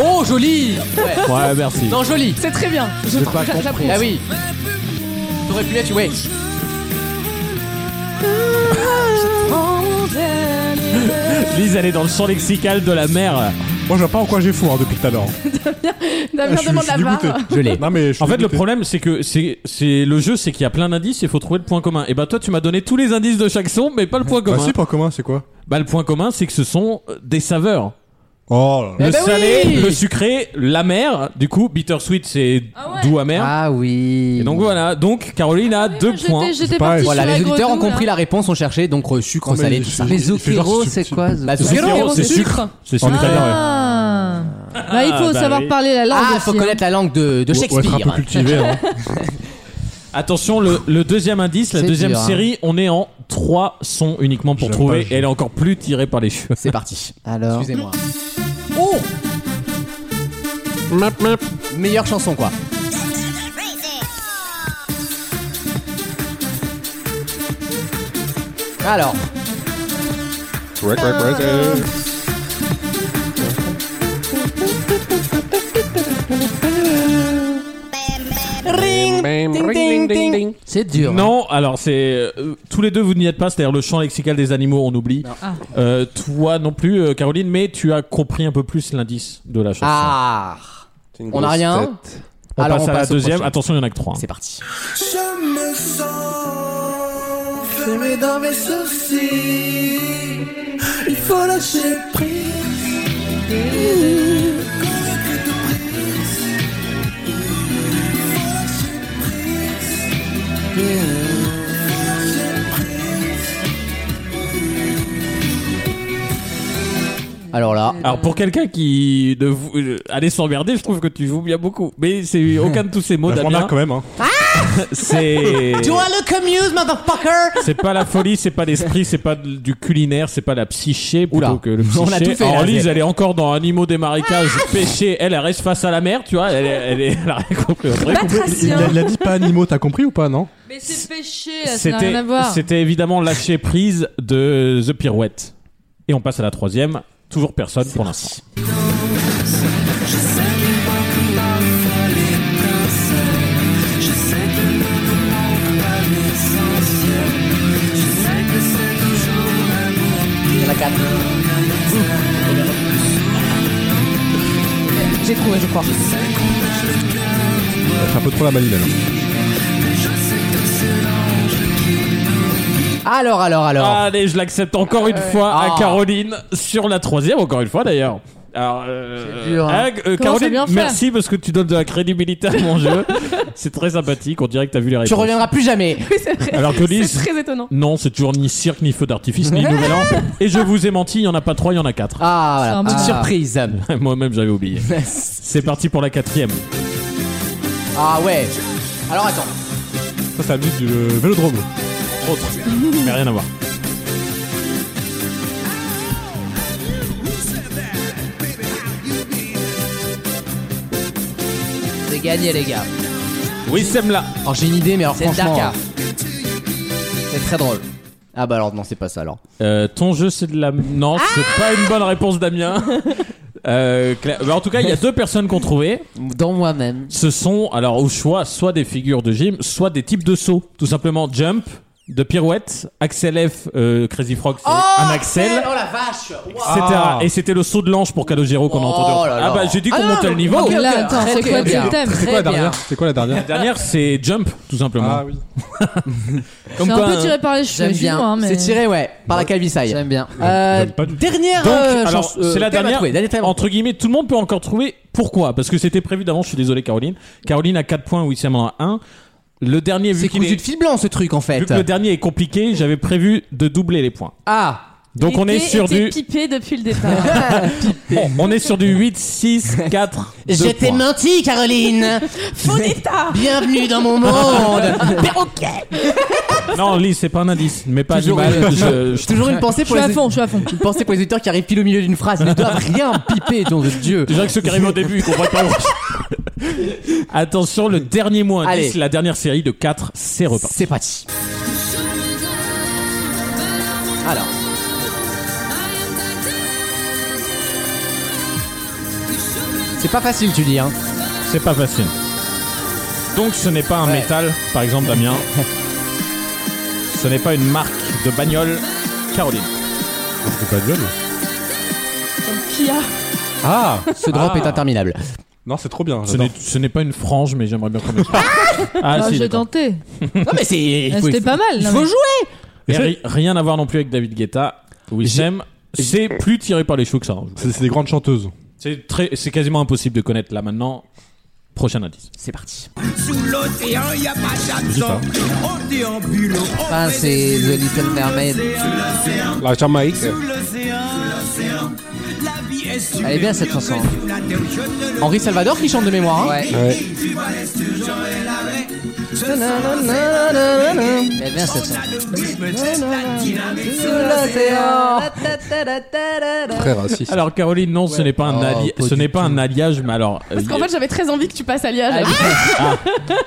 Speaker 2: Oh, joli. Ouais.
Speaker 3: Ouais, merci.
Speaker 2: Non, joli.
Speaker 7: C'est très bien. Je
Speaker 3: pas
Speaker 7: j'a-
Speaker 3: compris.
Speaker 7: j'approuve.
Speaker 2: Ah oui. T'aurais pu l'être, ouais.
Speaker 3: Lise, elle est dans le champ lexical de la mer.
Speaker 6: Moi, je vois pas en quoi j'ai fou hein, depuis tout à l'heure.
Speaker 7: Damien
Speaker 6: je, suis-
Speaker 7: demande
Speaker 6: je suis
Speaker 7: la barre.
Speaker 6: dégoûté. Je l'ai. Non, mais je suis
Speaker 3: En fait, le
Speaker 6: dégoûté.
Speaker 3: problème, c'est que c'est c'est- le jeu, c'est qu'il y a plein d'indices et il faut trouver le point commun. Et bah, toi, tu m'as donné tous les indices de chaque son, mais pas le point
Speaker 6: Bah,
Speaker 3: commun.
Speaker 6: si, pas commun, c'est quoi
Speaker 3: Bah, le point commun, c'est que ce sont euh, des saveurs.
Speaker 6: Oh là là.
Speaker 3: Le
Speaker 2: bah
Speaker 3: salé,
Speaker 2: oui
Speaker 3: le sucré, l'amer. Du coup, bittersweet, c'est
Speaker 7: Ah ouais.
Speaker 3: doux amer.
Speaker 5: Ah oui.
Speaker 3: Et donc voilà, donc Caroline a deux
Speaker 7: J'étais-
Speaker 3: points.
Speaker 7: J'étais
Speaker 6: pareil.
Speaker 7: parti
Speaker 2: Voilà,
Speaker 7: sur la
Speaker 2: les auditeurs ont
Speaker 7: grenouille,
Speaker 2: compris
Speaker 7: là.
Speaker 2: la réponse, on cherchait donc euh, sucre,
Speaker 3: Ah,
Speaker 6: Non, mais
Speaker 2: salé,
Speaker 6: je-
Speaker 2: tout ça.
Speaker 5: Mais
Speaker 6: Il fait genre
Speaker 5: Zucchero,
Speaker 6: si tu-
Speaker 5: c'est
Speaker 6: tu-
Speaker 5: quoi Zucchero
Speaker 2: Bah,
Speaker 3: Zucchero,
Speaker 7: Zucchero,
Speaker 3: c'est
Speaker 7: c'est
Speaker 3: sucre. C'est
Speaker 6: En
Speaker 3: sucre.
Speaker 6: italien, ouais.
Speaker 7: Ah. Bah, il faut
Speaker 3: bah
Speaker 7: savoir
Speaker 3: oui.
Speaker 7: parler la langue.
Speaker 2: Ah, faut
Speaker 7: aussi, hein.
Speaker 2: connaître la langue de, de
Speaker 6: Ou- ou être un
Speaker 2: Shakespeare.
Speaker 6: peu cultivé. hein.
Speaker 3: Attention, le, le deuxième indice, la
Speaker 5: C'est
Speaker 3: deuxième
Speaker 5: dur, hein.
Speaker 3: série, on est en trois sons uniquement pour
Speaker 6: J'aime
Speaker 3: trouver.
Speaker 6: pas le jeu.
Speaker 3: et elle est encore plus tirée par les cheveux.
Speaker 2: C'est parti.
Speaker 3: Hein.
Speaker 5: Alors.
Speaker 2: Excusez-moi. Oh Meilleure chanson quoi. Alors,
Speaker 5: C'est dur.
Speaker 3: Non, alors c'est euh, tous les deux vous n'y êtes pas, c'est-à-dire le champ lexical des animaux, on oublie.
Speaker 7: Ah.
Speaker 3: Euh, toi non plus, euh, Caroline, mais tu as compris un peu plus l'indice de la chanson.
Speaker 2: ah, on n'a rien.
Speaker 3: on
Speaker 2: Alors
Speaker 3: passe
Speaker 2: on
Speaker 3: à la
Speaker 2: passe au
Speaker 3: deuxième.
Speaker 2: prochain.
Speaker 3: Attention, il y en a que trois. hein.
Speaker 2: C'est parti. Alors là,
Speaker 3: Alors pour quelqu'un qui ne vou- euh, allait s'emmerder, je trouve que tu joues bien beaucoup. Mais
Speaker 2: *laughs*
Speaker 3: c'est aucun de tous ces mots
Speaker 6: Bah, je m'en
Speaker 3: Damien.
Speaker 6: marre quand même. hein.
Speaker 3: C'est
Speaker 2: Do I look amused, motherfucker?
Speaker 3: c'est pas la folie, c'est pas l'esprit, c'est pas de- du culinaire, c'est pas la psyché plutôt
Speaker 2: Oula.
Speaker 3: que le psyché.
Speaker 2: On a tout fait,
Speaker 3: Alors
Speaker 2: là,
Speaker 3: Lise,
Speaker 2: c'est-
Speaker 3: elle est encore dans animaux des marécages, pêcher. Elle, elle reste face à la mer, tu vois. Elle, elle, est- elle a rien compris. Elle a
Speaker 7: Bah,
Speaker 3: rien compris.
Speaker 6: Il, il a, il a dit pas animaux, t'as compris ou pas, non
Speaker 7: Mais c'est péché, ça n'a rien
Speaker 3: C'était
Speaker 7: à voir.
Speaker 3: c'était évidemment lâcher prise de The Pirouette. Et on passe à la troisième. Toujours personne pour l'instant.
Speaker 2: Il y en a quatre.
Speaker 10: J'ai trouvé, je crois.
Speaker 6: C'est un peu trop la maline, elle.
Speaker 2: Alors, alors, alors.
Speaker 3: Allez, je l'accepte encore une fois
Speaker 2: Ah.
Speaker 3: à Caroline sur la troisième, encore une fois d'ailleurs. Alors, euh,
Speaker 5: C'est dur, hein.
Speaker 3: ah, euh,
Speaker 7: Comment c'est
Speaker 3: Caroline,
Speaker 7: bien fait
Speaker 3: merci parce que tu donnes de la crédibilité à mon jeu. C'est très sympathique. On dirait que t'as vu les réponses.
Speaker 2: tu reviendras plus jamais.
Speaker 10: Oui, c'est vrai.
Speaker 3: Alors que Lise-
Speaker 10: C'est très étonnant.
Speaker 3: Non, c'est toujours ni cirque, ni feu d'artifice, ni nouvel an. Et je vous ai menti, il y en a pas trois, il y en a quatre. *laughs*
Speaker 2: Ah,
Speaker 7: C'est
Speaker 2: voilà.
Speaker 7: un
Speaker 2: Petite
Speaker 7: bon-
Speaker 2: surprise.
Speaker 3: Moi-même, j'avais oublié. C'est parti pour la quatrième.
Speaker 2: *laughs* ah ouais. Alors attends.
Speaker 6: Ça, c'est la musique du euh, vélodrome.
Speaker 3: Autre. Mais rien à voir.
Speaker 5: C'est gagné, les gars.
Speaker 3: Oui, là.
Speaker 2: Alors j'ai une idée, mais alors
Speaker 5: C'est
Speaker 2: franchement.
Speaker 5: Daka.
Speaker 2: C'est très drôle. Ah bah alors non, c'est pas ça alors.
Speaker 3: Euh, ton jeu, c'est de la. Non, c'est pas une bonne réponse, Damien. Euh, Cla- bah, en tout cas, il y a deux personnes qu'on trouvait.
Speaker 5: Dans moi-même.
Speaker 3: Ce sont alors au choix soit des figures de gym, soit des types de sauts. Tout simplement jump, de pirouette, Axel F, euh, Crazy Frog, c'est un Axel.
Speaker 2: Oh la vache.
Speaker 3: etc. Et c'était le saut de l'ange pour Calogero qu'on a
Speaker 2: Ah. Oh
Speaker 3: entendu.
Speaker 2: là
Speaker 3: Ah
Speaker 2: là.
Speaker 3: bah j'ai dit qu'on
Speaker 2: Ah
Speaker 3: montait
Speaker 2: non,
Speaker 3: le niveau.
Speaker 2: ok.
Speaker 7: Là, attends,
Speaker 2: Très,
Speaker 7: c'est
Speaker 2: très
Speaker 7: quoi le
Speaker 2: bien.
Speaker 7: thème
Speaker 6: C'est quoi la dernière C'est quoi la dernière
Speaker 3: La dernière c'est jump tout simplement.
Speaker 2: Ah
Speaker 6: oui.
Speaker 7: C'est un peu
Speaker 3: hein.
Speaker 7: tiré par les cheveux,
Speaker 5: J'aime bien.
Speaker 7: excuse-moi, hein, mais-
Speaker 2: C'est tiré ouais par la calvisaille.
Speaker 5: J'aime bien.
Speaker 2: Euh,
Speaker 6: J'aime pas du tout.
Speaker 2: dernière.
Speaker 3: Donc,
Speaker 2: euh,
Speaker 3: alors,
Speaker 2: chance- euh,
Speaker 3: c'est la
Speaker 2: thème à
Speaker 3: dernière.
Speaker 2: trouver, dernier thème.
Speaker 3: Entre guillemets, tout le monde peut encore trouver. Pourquoi Parce que c'était prévu d'avance. Je suis désolé, Caroline. Caroline a 4 points, Wissam en a 1. Le dernier, vu,
Speaker 2: C'est
Speaker 3: qu'il
Speaker 2: cousu
Speaker 3: est-
Speaker 2: de fil blanc ce truc en
Speaker 3: vu
Speaker 2: fait.
Speaker 3: que le dernier est compliqué, j'avais prévu de doubler les points.
Speaker 2: Ah.
Speaker 3: Donc on est
Speaker 7: L'été
Speaker 3: sur
Speaker 7: était
Speaker 3: du
Speaker 7: pipé depuis le départ.
Speaker 3: Bon, on est sur du 8 6
Speaker 2: *laughs*
Speaker 3: 4
Speaker 2: Je t'ai menti, Caroline. *laughs*
Speaker 10: Faux d'état
Speaker 2: Bienvenue dans mon monde.
Speaker 3: Non, Lise, c'est pas un indice, mais pas du
Speaker 2: Toujours
Speaker 3: mal.
Speaker 2: une-
Speaker 3: Je- je-
Speaker 2: J'ai toujours une pensée
Speaker 7: Je
Speaker 2: pour
Speaker 7: suis
Speaker 2: les
Speaker 7: à fond, je suis à fond.
Speaker 2: Une pensée pour les auditeurs qui arrivent pile au milieu d'une phrase. Ils ne doivent rien piper, nom de Dieu.
Speaker 3: Déjà que ceux qui arrivent au début, ils comprennent pas. où- Attention, le dernier mot indice,
Speaker 2: Allez.
Speaker 3: la dernière série de 4, c'est reparti.
Speaker 2: C'est parti. Alors. C'est pas facile, tu dis, hein.
Speaker 3: C'est pas facile. Donc ce n'est pas un
Speaker 2: Ouais.
Speaker 3: métal, par exemple Damien. ce n'est pas une marque de bagnole. Caroline.
Speaker 6: *laughs* C'est pas duel.
Speaker 10: Kia.
Speaker 6: Ah
Speaker 2: Ce drop
Speaker 3: Ah.
Speaker 2: est interminable.
Speaker 6: Non, c'est trop bien.
Speaker 3: Ce n'est, ce n'est pas une frange, mais j'aimerais bien qu'on le Ah,
Speaker 7: Ah,
Speaker 3: si,
Speaker 7: J'ai
Speaker 3: d'accord.
Speaker 7: tenté.
Speaker 2: Non, mais c'est.
Speaker 7: Ah, C'était pas mal.
Speaker 2: Il
Speaker 7: non,
Speaker 2: faut
Speaker 7: mais-
Speaker 2: jouer.
Speaker 3: Et ri- rien à voir non plus avec David Guetta. Oui, j'aime. C'est plus tiré par les cheveux que ça. hein.
Speaker 6: C'est c'est des grandes chanteuses.
Speaker 3: C'est, très, c'est quasiment impossible de connaître là maintenant. Prochain indice.
Speaker 2: C'est parti.
Speaker 6: Musique, hein.
Speaker 5: Enfin, c'est The Little Mermaid.
Speaker 4: La Jamaïque.
Speaker 5: Elle est bien cette chanson. hein.
Speaker 2: Henri Salvador qui chante de mémoire. hein.
Speaker 5: Ouais.
Speaker 4: Ouais.
Speaker 5: Elle est bien cette chanson.
Speaker 4: Très raciste.
Speaker 3: Alors Caroline, non, ce n'est pas un,
Speaker 2: Oh,
Speaker 3: ali-
Speaker 2: pas
Speaker 3: ce
Speaker 2: du
Speaker 3: n'est pas un alliage, mais alors.
Speaker 10: Parce
Speaker 3: euh, Ah,
Speaker 10: qu'en fait, j'avais très envie que tu passes alliage.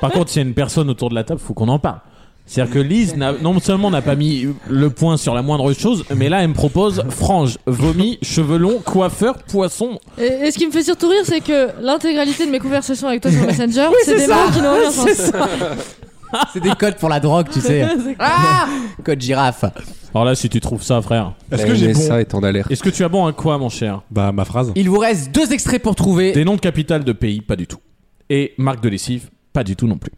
Speaker 3: Par contre, s'il y a une personne autour de la table, faut qu'on en parle. C'est-à-dire que Lise n'a- non seulement n'a pas mis le point sur la moindre chose, mais là elle me propose frange, vomi, cheveux longs, coiffeur, poisson.
Speaker 7: Ah, Et, et ce qui me fait surtout rire, c'est que l'intégralité de mes conversations avec toi sur Messenger, c'est des mots qui n'ont rien sens.
Speaker 2: C'est des codes pour la drogue, tu sais. Ah Code girafe.
Speaker 3: Alors là, si tu trouves ça, frère.
Speaker 6: Est-ce que j'ai bon
Speaker 4: ça est en alerte.
Speaker 3: Est-ce que tu as bon à quoi, mon cher
Speaker 6: Bah, ma phrase.
Speaker 7: Euh,
Speaker 2: Il vous reste deux extraits pour trouver.
Speaker 3: Des noms de capitales de pays, pas du tout. Et marque de lessive,
Speaker 10: *laughs*
Speaker 3: pas du tout non plus.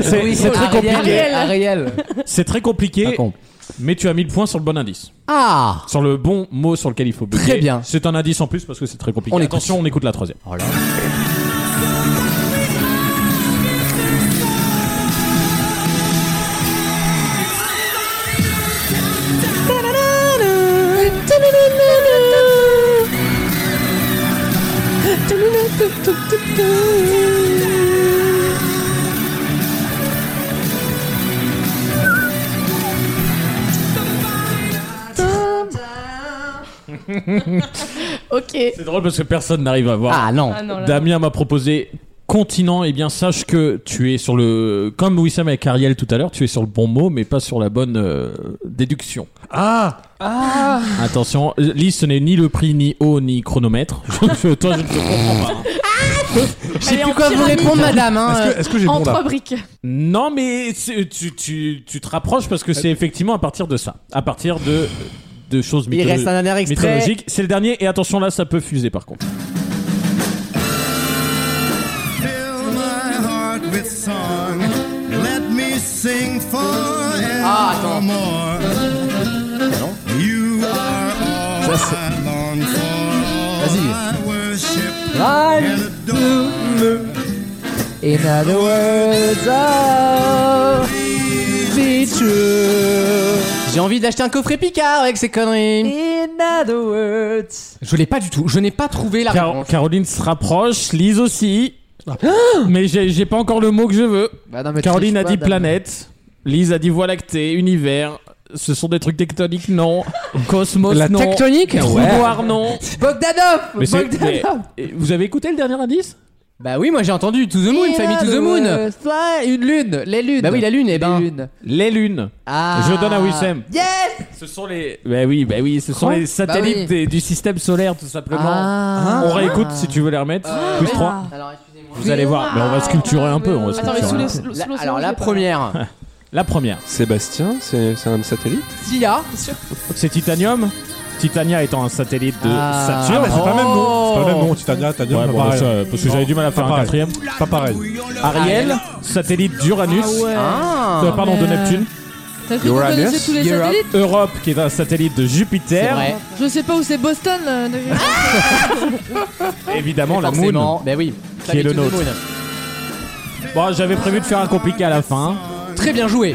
Speaker 3: c'est c'est très
Speaker 2: Ariel,
Speaker 3: compliqué.
Speaker 2: Ariel.
Speaker 3: C'est très compliqué.
Speaker 2: Pas con.
Speaker 3: Mais tu as mis le point sur le bon indice.
Speaker 2: Ah
Speaker 3: Sur le bon mot sur lequel il faut bugger.
Speaker 2: Très bien.
Speaker 3: C'est un indice en plus parce que c'est très compliqué.
Speaker 2: On écoute. Oh
Speaker 3: Attention, on écoute la troisième.
Speaker 10: *laughs* Ok.
Speaker 3: C'est drôle parce que personne n'arrive à voir.
Speaker 2: Ah non.
Speaker 10: Ah non, là.
Speaker 3: Damien m'a proposé continent. Eh bien, sache que tu es sur le. Comme Wissam avec Ariel tout à l'heure, tu es sur le bon mot, mais pas sur la bonne euh, déduction.
Speaker 6: Ah
Speaker 3: Attention, Lise, ce n'est ni le prix, ni eau, ni chronomètre. *laughs* Je- Toi, je ne te comprends pas. hein.
Speaker 2: Je sais plus quoi vous répondre, madame. hein.
Speaker 6: Est-ce que, est-ce que j'ai
Speaker 10: En
Speaker 6: bon
Speaker 10: trois
Speaker 6: là
Speaker 10: briques.
Speaker 3: Non, mais c'est- tu, tu, tu te rapproches parce que c'est effectivement à partir de ça. À partir de, de choses
Speaker 2: Il
Speaker 3: mytholo-
Speaker 2: reste un dernier extrait.
Speaker 3: mythologiques. C'est le dernier, et attention là, ça peut fuser par contre.
Speaker 2: Ah, attends. Ça, c'est-
Speaker 5: Vas-y.
Speaker 2: Ride the moon.
Speaker 5: In other words, oh, be true.
Speaker 2: J'ai envie d'acheter un coffret Picard avec ces conneries.
Speaker 5: In other words.
Speaker 2: Je l'ai pas du tout. Je n'ai pas trouvé la
Speaker 3: Caro-
Speaker 2: réponse.
Speaker 3: Caroline se rapproche, Lise aussi. Mais j'ai j'ai pas encore le mot que je veux.
Speaker 5: Bah non, mais
Speaker 3: Caroline
Speaker 5: triche
Speaker 3: a
Speaker 5: pas,
Speaker 3: dit
Speaker 5: Damien.
Speaker 3: planète, Lise a dit voie lactée, univers. Ce sont des trucs tectoniques, non. Cosmos,
Speaker 2: La
Speaker 3: non.
Speaker 2: tectonique
Speaker 3: Trou
Speaker 2: Ouais.
Speaker 3: noir, non.
Speaker 5: Bogdanov
Speaker 3: Mais c'est-
Speaker 5: Bogdanov
Speaker 3: mais- et vous avez écouté le dernier indice
Speaker 2: Bah oui, moi j'ai entendu To the Moon,
Speaker 5: In
Speaker 2: famille To the
Speaker 5: other
Speaker 2: Moon.
Speaker 5: words, fly- Une lune, les lunes.
Speaker 2: Bah oui, la lune, eh ben.
Speaker 5: Les lunes.
Speaker 3: Les lunes.
Speaker 5: Ah.
Speaker 3: Je donne à Wissem.
Speaker 5: Yes
Speaker 3: Ce sont les. Bah oui, bah oui, ce sont
Speaker 5: Quoi
Speaker 3: les satellites
Speaker 5: Bah oui.
Speaker 3: des- du système solaire, tout simplement.
Speaker 5: Ah.
Speaker 3: On réécoute si tu veux les remettre. Plus 3.
Speaker 2: Alors excusez-moi.
Speaker 3: Vous allez voir. Mais on va sculpturer un peu. on va
Speaker 10: Attends, mais
Speaker 3: sculpturer
Speaker 10: sous
Speaker 3: un
Speaker 10: les-
Speaker 3: peu.
Speaker 10: sous l'océan,
Speaker 2: La- alors
Speaker 10: j'ai
Speaker 2: la
Speaker 10: pas.
Speaker 2: première,
Speaker 3: La première.
Speaker 4: Sébastien, c'est c'est un satellite
Speaker 2: Sia.
Speaker 3: C'est Titanium. Titania étant un satellite de
Speaker 5: Ah.
Speaker 3: Saturne.
Speaker 6: mais c'est pas le même nom. C'est pas le même
Speaker 7: Oh.
Speaker 6: nom. Titania,
Speaker 3: Ouais,
Speaker 6: Titania,
Speaker 3: bon,
Speaker 6: pas pareil.
Speaker 3: ça, euh, parce que j'avais du mal à faire
Speaker 6: Pas
Speaker 3: un
Speaker 6: pareil.
Speaker 3: quatrième.
Speaker 6: Pas pareil.
Speaker 3: Ariel, satellite d'Uranus.
Speaker 2: Ah.
Speaker 3: Euh, pardon, de
Speaker 10: Euh,
Speaker 3: Neptune.
Speaker 7: T'as cru qu'on
Speaker 4: Uranus,
Speaker 7: connaissait tous les
Speaker 5: Europe.
Speaker 7: satellites
Speaker 3: Europe, qui est un satellite de
Speaker 2: C'est
Speaker 3: Jupiter.
Speaker 2: vrai.
Speaker 7: Je sais pas où c'est Boston. euh, de-
Speaker 3: Évidemment, la Moon.
Speaker 2: Forcément. Bah oui.
Speaker 3: Qui est le
Speaker 2: Famille To the
Speaker 3: nôtre.
Speaker 2: Moon.
Speaker 3: Bon, j'avais prévu de faire un compliqué à la fin.
Speaker 2: Très bien joué.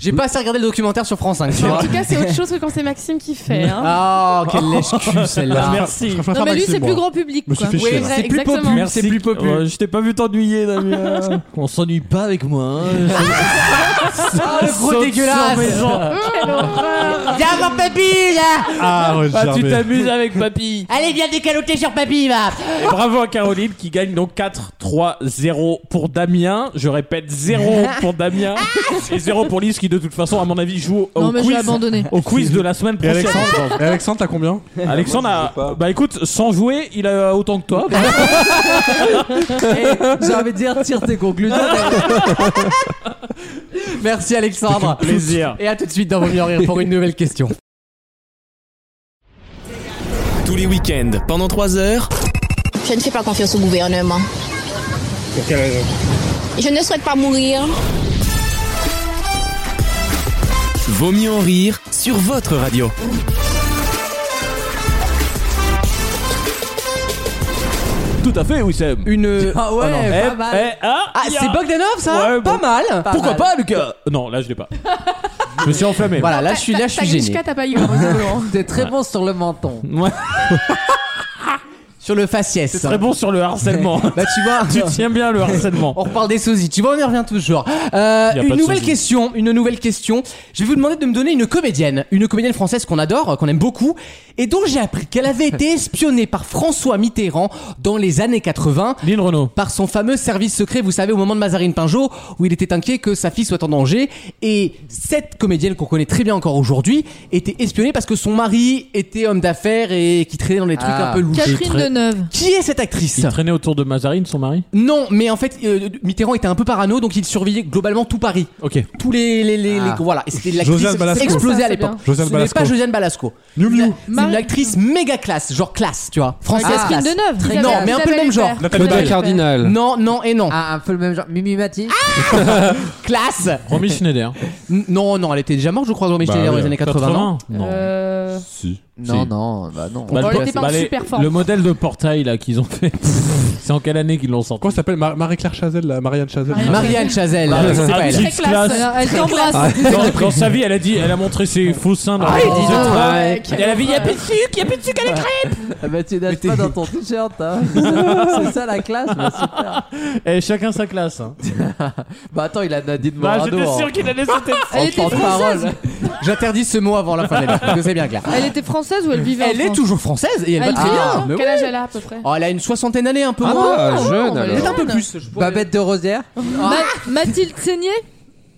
Speaker 2: J'ai pas assez regardé le documentaire sur France 5. tu
Speaker 10: En
Speaker 7: *laughs*
Speaker 6: Ah,
Speaker 2: vois.
Speaker 10: tout cas, c'est autre chose que quand c'est Maxime qui fait. Hein.
Speaker 2: Ah, quelle lèche cul
Speaker 3: Ah,
Speaker 2: celle-là.
Speaker 3: Merci.
Speaker 6: Je préfère
Speaker 7: Non, mais lui,
Speaker 6: Maxime,
Speaker 7: c'est
Speaker 6: moi.
Speaker 7: plus grand public.
Speaker 6: Je me suis
Speaker 7: quoi.
Speaker 6: fait chier,
Speaker 7: Oui,
Speaker 6: là.
Speaker 7: vrai,
Speaker 2: C'est plus
Speaker 7: exactement.
Speaker 2: populaire.
Speaker 3: Merci.
Speaker 2: C'est plus popu.
Speaker 3: Ouais, je t'ai pas vu t'ennuyer, Damien. On s'ennuie pas avec moi.
Speaker 2: Eh. Ah, le gros
Speaker 3: Saute sur mes
Speaker 2: dégueulasse.
Speaker 3: jambes.
Speaker 2: Viens voir papy là.
Speaker 6: Ah, ouais,
Speaker 7: Bah,
Speaker 3: Ah, tu
Speaker 6: jamais.
Speaker 3: t'amuses avec papy.
Speaker 2: Allez, viens décaloter sur papy va.
Speaker 3: Et bravo à Caroline qui gagne donc 4-3-0 pour Damien. Je répète
Speaker 2: *laughs*
Speaker 3: 0 pour Damien et 0 pour Lise qui de toute façon à mon avis joue au,
Speaker 7: Non, mais j'ai
Speaker 3: quiz,
Speaker 7: abandonné.
Speaker 3: au quiz de la semaine
Speaker 6: Et
Speaker 3: prochaine.
Speaker 6: Alexandre, Et Alexandre, t'as combien
Speaker 3: Alexandre
Speaker 4: Moi, je joue
Speaker 3: a...
Speaker 4: pas.
Speaker 3: Bah écoute, sans jouer, il a autant que toi.
Speaker 5: *laughs*
Speaker 2: Ah,
Speaker 5: J'ai envie de dire, tire tes conclusions.
Speaker 2: *laughs* Merci Alexandre.
Speaker 3: Plaisir.
Speaker 2: Et à tout de suite dans Vos mieux en rire pour une nouvelle question.
Speaker 1: Tous les week-ends, pendant 3 heures.
Speaker 10: Je ne fais pas confiance au gouvernement. Je ne souhaite pas mourir.
Speaker 1: Vaut mieux en rire sur votre radio.
Speaker 3: Tout à fait, Wissem.
Speaker 2: Une. Oh
Speaker 5: Ah ouais,
Speaker 3: Eh,
Speaker 5: pas mal.
Speaker 3: eh, ah,
Speaker 2: Ah,
Speaker 3: il y a-
Speaker 2: c'est Bogdanov ça
Speaker 3: Ouais,
Speaker 2: Pas
Speaker 3: bon.
Speaker 2: mal.
Speaker 3: Pourquoi pas, Lucas Non, là je l'ai pas. je me suis enflammé.
Speaker 2: Voilà, là je suis là je suis gêné.
Speaker 10: Tagrichka, t'as pas eu.
Speaker 7: hein,
Speaker 2: *laughs*
Speaker 10: heureusement.
Speaker 5: T'es très bon sur le menton.
Speaker 3: Ouais,
Speaker 2: Sur le faciès.
Speaker 3: c'est très bon sur
Speaker 2: *laughs*
Speaker 3: le harcèlement.
Speaker 2: Bah tu vois.
Speaker 3: tu tiens bien le harcèlement.
Speaker 2: On reparle des sosies, tu vois, on y revient toujours. Euh,
Speaker 3: Y a pas
Speaker 2: une
Speaker 3: de
Speaker 2: nouvelle
Speaker 3: sosie.
Speaker 2: question, une nouvelle question. Je vais vous demander de me donner une comédienne, une comédienne française qu'on adore, euh, qu'on aime beaucoup, et dont j'ai appris qu'elle avait été espionnée par François Mitterrand dans les années 80
Speaker 3: Lynn Renault.
Speaker 2: par son fameux service secret, vous savez, au moment de Mazarine Pinjot, où il était inquiet que sa fille soit en danger. Et cette comédienne qu'on connaît très bien encore aujourd'hui était espionnée parce que son mari était homme d'affaires et qui traînait dans des trucs
Speaker 5: Ah.
Speaker 2: un peu louches.
Speaker 7: Catherine
Speaker 3: très-
Speaker 7: Villeneuve.
Speaker 2: Qui est cette actrice
Speaker 3: Il traînait autour de Mazarine, son mari
Speaker 2: Non, mais en fait, euh, Mitterrand était un peu parano, donc il surveillait globalement tout Paris.
Speaker 3: Ok.
Speaker 2: Tous les. les, les, les- voilà. Et c'était l'actrice
Speaker 6: Josiane Balasco.
Speaker 2: explosée
Speaker 7: Ça,
Speaker 2: à
Speaker 7: c'est
Speaker 2: l'époque.
Speaker 7: bien.
Speaker 2: Ce
Speaker 6: Josiane
Speaker 2: n'est
Speaker 6: Balasco.
Speaker 2: pas Josiane Balasco.
Speaker 6: New New.
Speaker 2: C'est une actrice méga classe, genre classe, tu vois. Française
Speaker 7: Ah. Catherine
Speaker 2: classe.
Speaker 7: Deneuve.
Speaker 2: Ah, Très Non, mais un peu le même genre.
Speaker 6: Nathalie
Speaker 4: Claudia
Speaker 6: Baye.
Speaker 4: Cardinal.
Speaker 2: Non, non et non.
Speaker 5: Ah, un peu le même genre. Mimi Mati
Speaker 2: Ah. Classe
Speaker 3: Romy Schneider. Ah hein.
Speaker 2: N- Non, non, elle était déjà morte, je crois, dans
Speaker 6: Bah
Speaker 2: dans
Speaker 6: oui,
Speaker 2: les années 80. non
Speaker 3: Non.
Speaker 7: Euh,
Speaker 6: Si.
Speaker 5: Non,
Speaker 3: Si.
Speaker 5: non, bah
Speaker 2: *laughs*
Speaker 5: non.
Speaker 3: Bah,
Speaker 7: On
Speaker 3: le-
Speaker 7: l'était pas en
Speaker 3: bah, les-
Speaker 7: super forme.
Speaker 3: Le modèle de portail là qu'ils ont fait. *laughs* C'est en quelle année qu'ils l'ont sorti
Speaker 6: Comment ça s'appelle Mar- Marie-Claire Chazelle, là Marianne Chazelle
Speaker 7: Marianne.
Speaker 2: Marianne Chazelle,
Speaker 3: Ah,
Speaker 2: c'est
Speaker 3: ah,
Speaker 2: pas elle.
Speaker 3: Gilles
Speaker 7: Très classe.
Speaker 3: Classe.
Speaker 7: Alors, Elle t'embrasse.
Speaker 2: Ah,
Speaker 3: dans, dans sa vie, elle a dit, elle a montré ses faux seins dans la
Speaker 2: dis donc.
Speaker 7: Ouais,
Speaker 3: Elle a dit, il y a plus de sucre, il y a plus de sucre à l'écran.
Speaker 5: Ah, bah, tu nages
Speaker 2: t'es-
Speaker 5: pas dans ton t-shirt, hein. *laughs* C'est ça la classe, bah, super.
Speaker 3: Et Eh, chacun sa classe. hein.
Speaker 5: Bah, attends, il a Nadine hein.
Speaker 3: Bah,
Speaker 5: Morano.
Speaker 3: j'étais
Speaker 5: en-
Speaker 3: sûr qu'il allait sauter.
Speaker 5: en
Speaker 7: Elle était
Speaker 5: temps de parole.
Speaker 2: J'interdis ce mot avant la fin de l'année, parce que c'est bien clair.
Speaker 7: Elle était française ou elle vivait en
Speaker 2: Elle est
Speaker 7: France
Speaker 2: toujours française et elle va
Speaker 7: Elle
Speaker 2: très
Speaker 7: était
Speaker 2: bien.
Speaker 7: en-
Speaker 2: mais
Speaker 7: Quel
Speaker 2: oui.
Speaker 7: âge elle a à peu près Oh,
Speaker 2: Oh, elle a une soixantaine d'années, un peu
Speaker 4: Ah,
Speaker 2: moins.
Speaker 4: ah, jeune
Speaker 7: bah,
Speaker 4: alors.
Speaker 2: Peut-être un peu plus. je pourrais-
Speaker 5: Babette de Rosière
Speaker 2: Ah.
Speaker 7: Ma- Mathilde Seigné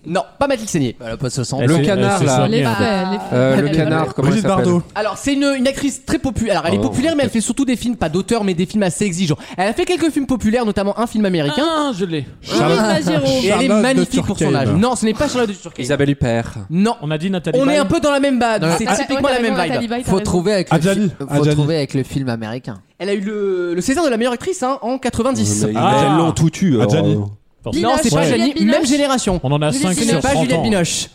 Speaker 2: Non, pas Mathilde Seigné.
Speaker 5: Elle a pas ce sang.
Speaker 3: Elle
Speaker 4: Le
Speaker 3: s'est-
Speaker 4: canard,
Speaker 2: Ah,
Speaker 3: elle s'est
Speaker 4: là.
Speaker 7: Elle
Speaker 3: soignée,
Speaker 7: est
Speaker 3: en fait.
Speaker 7: faite, elle est faite.
Speaker 4: Euh,
Speaker 7: Elle
Speaker 4: le
Speaker 7: est
Speaker 4: canard, comment
Speaker 6: Brigitte
Speaker 4: ça s'appelle
Speaker 6: Bardot.
Speaker 2: Alors, c'est une, une actrice très populaire. Alors, elle est
Speaker 4: Oh,
Speaker 2: populaire, mais elle fait surtout des films, pas d'auteur, mais des films assez exigeants. Elle a fait quelques films populaires, notamment un film américain.
Speaker 3: Ah, je l'ai.
Speaker 7: Charlotte Magiro.
Speaker 2: Et elle est
Speaker 6: Charlotte de
Speaker 2: magnifique pour son
Speaker 6: Turckheim.
Speaker 2: âge. Non, ce n'est pas Charlotte de Turckheim.
Speaker 4: Isabelle Huppert.
Speaker 2: Non,
Speaker 3: On a dit Nathalie.
Speaker 2: on est
Speaker 3: Baye.
Speaker 2: un peu dans la même vibe.
Speaker 5: Dans la-
Speaker 2: C'est
Speaker 7: Ah,
Speaker 2: typiquement
Speaker 7: ouais,
Speaker 2: la
Speaker 7: t'as
Speaker 2: même
Speaker 7: raison,
Speaker 2: vibe.
Speaker 7: Nathalie Baye, t'as
Speaker 5: Faut
Speaker 7: raison.
Speaker 5: trouver avec le
Speaker 6: Adjani.
Speaker 5: fi- Faut
Speaker 6: Adjani.
Speaker 5: trouver avec le film américain.
Speaker 2: Elle a eu le, le César de la meilleure actrice hein, en 90.
Speaker 3: Ah.
Speaker 11: Elles l'ont tout eu. alors,
Speaker 6: Adjani.
Speaker 11: euh,
Speaker 2: Non, c'est pas Juliette
Speaker 7: Binoche, Juliette
Speaker 2: Binoche. même
Speaker 7: Binoche.
Speaker 2: génération.
Speaker 3: On en a
Speaker 7: Juliette
Speaker 3: 5
Speaker 7: Binoche.
Speaker 2: Ce n'est
Speaker 3: sur
Speaker 2: pas
Speaker 3: 30
Speaker 2: Juliette
Speaker 3: ans.
Speaker 2: Binoche.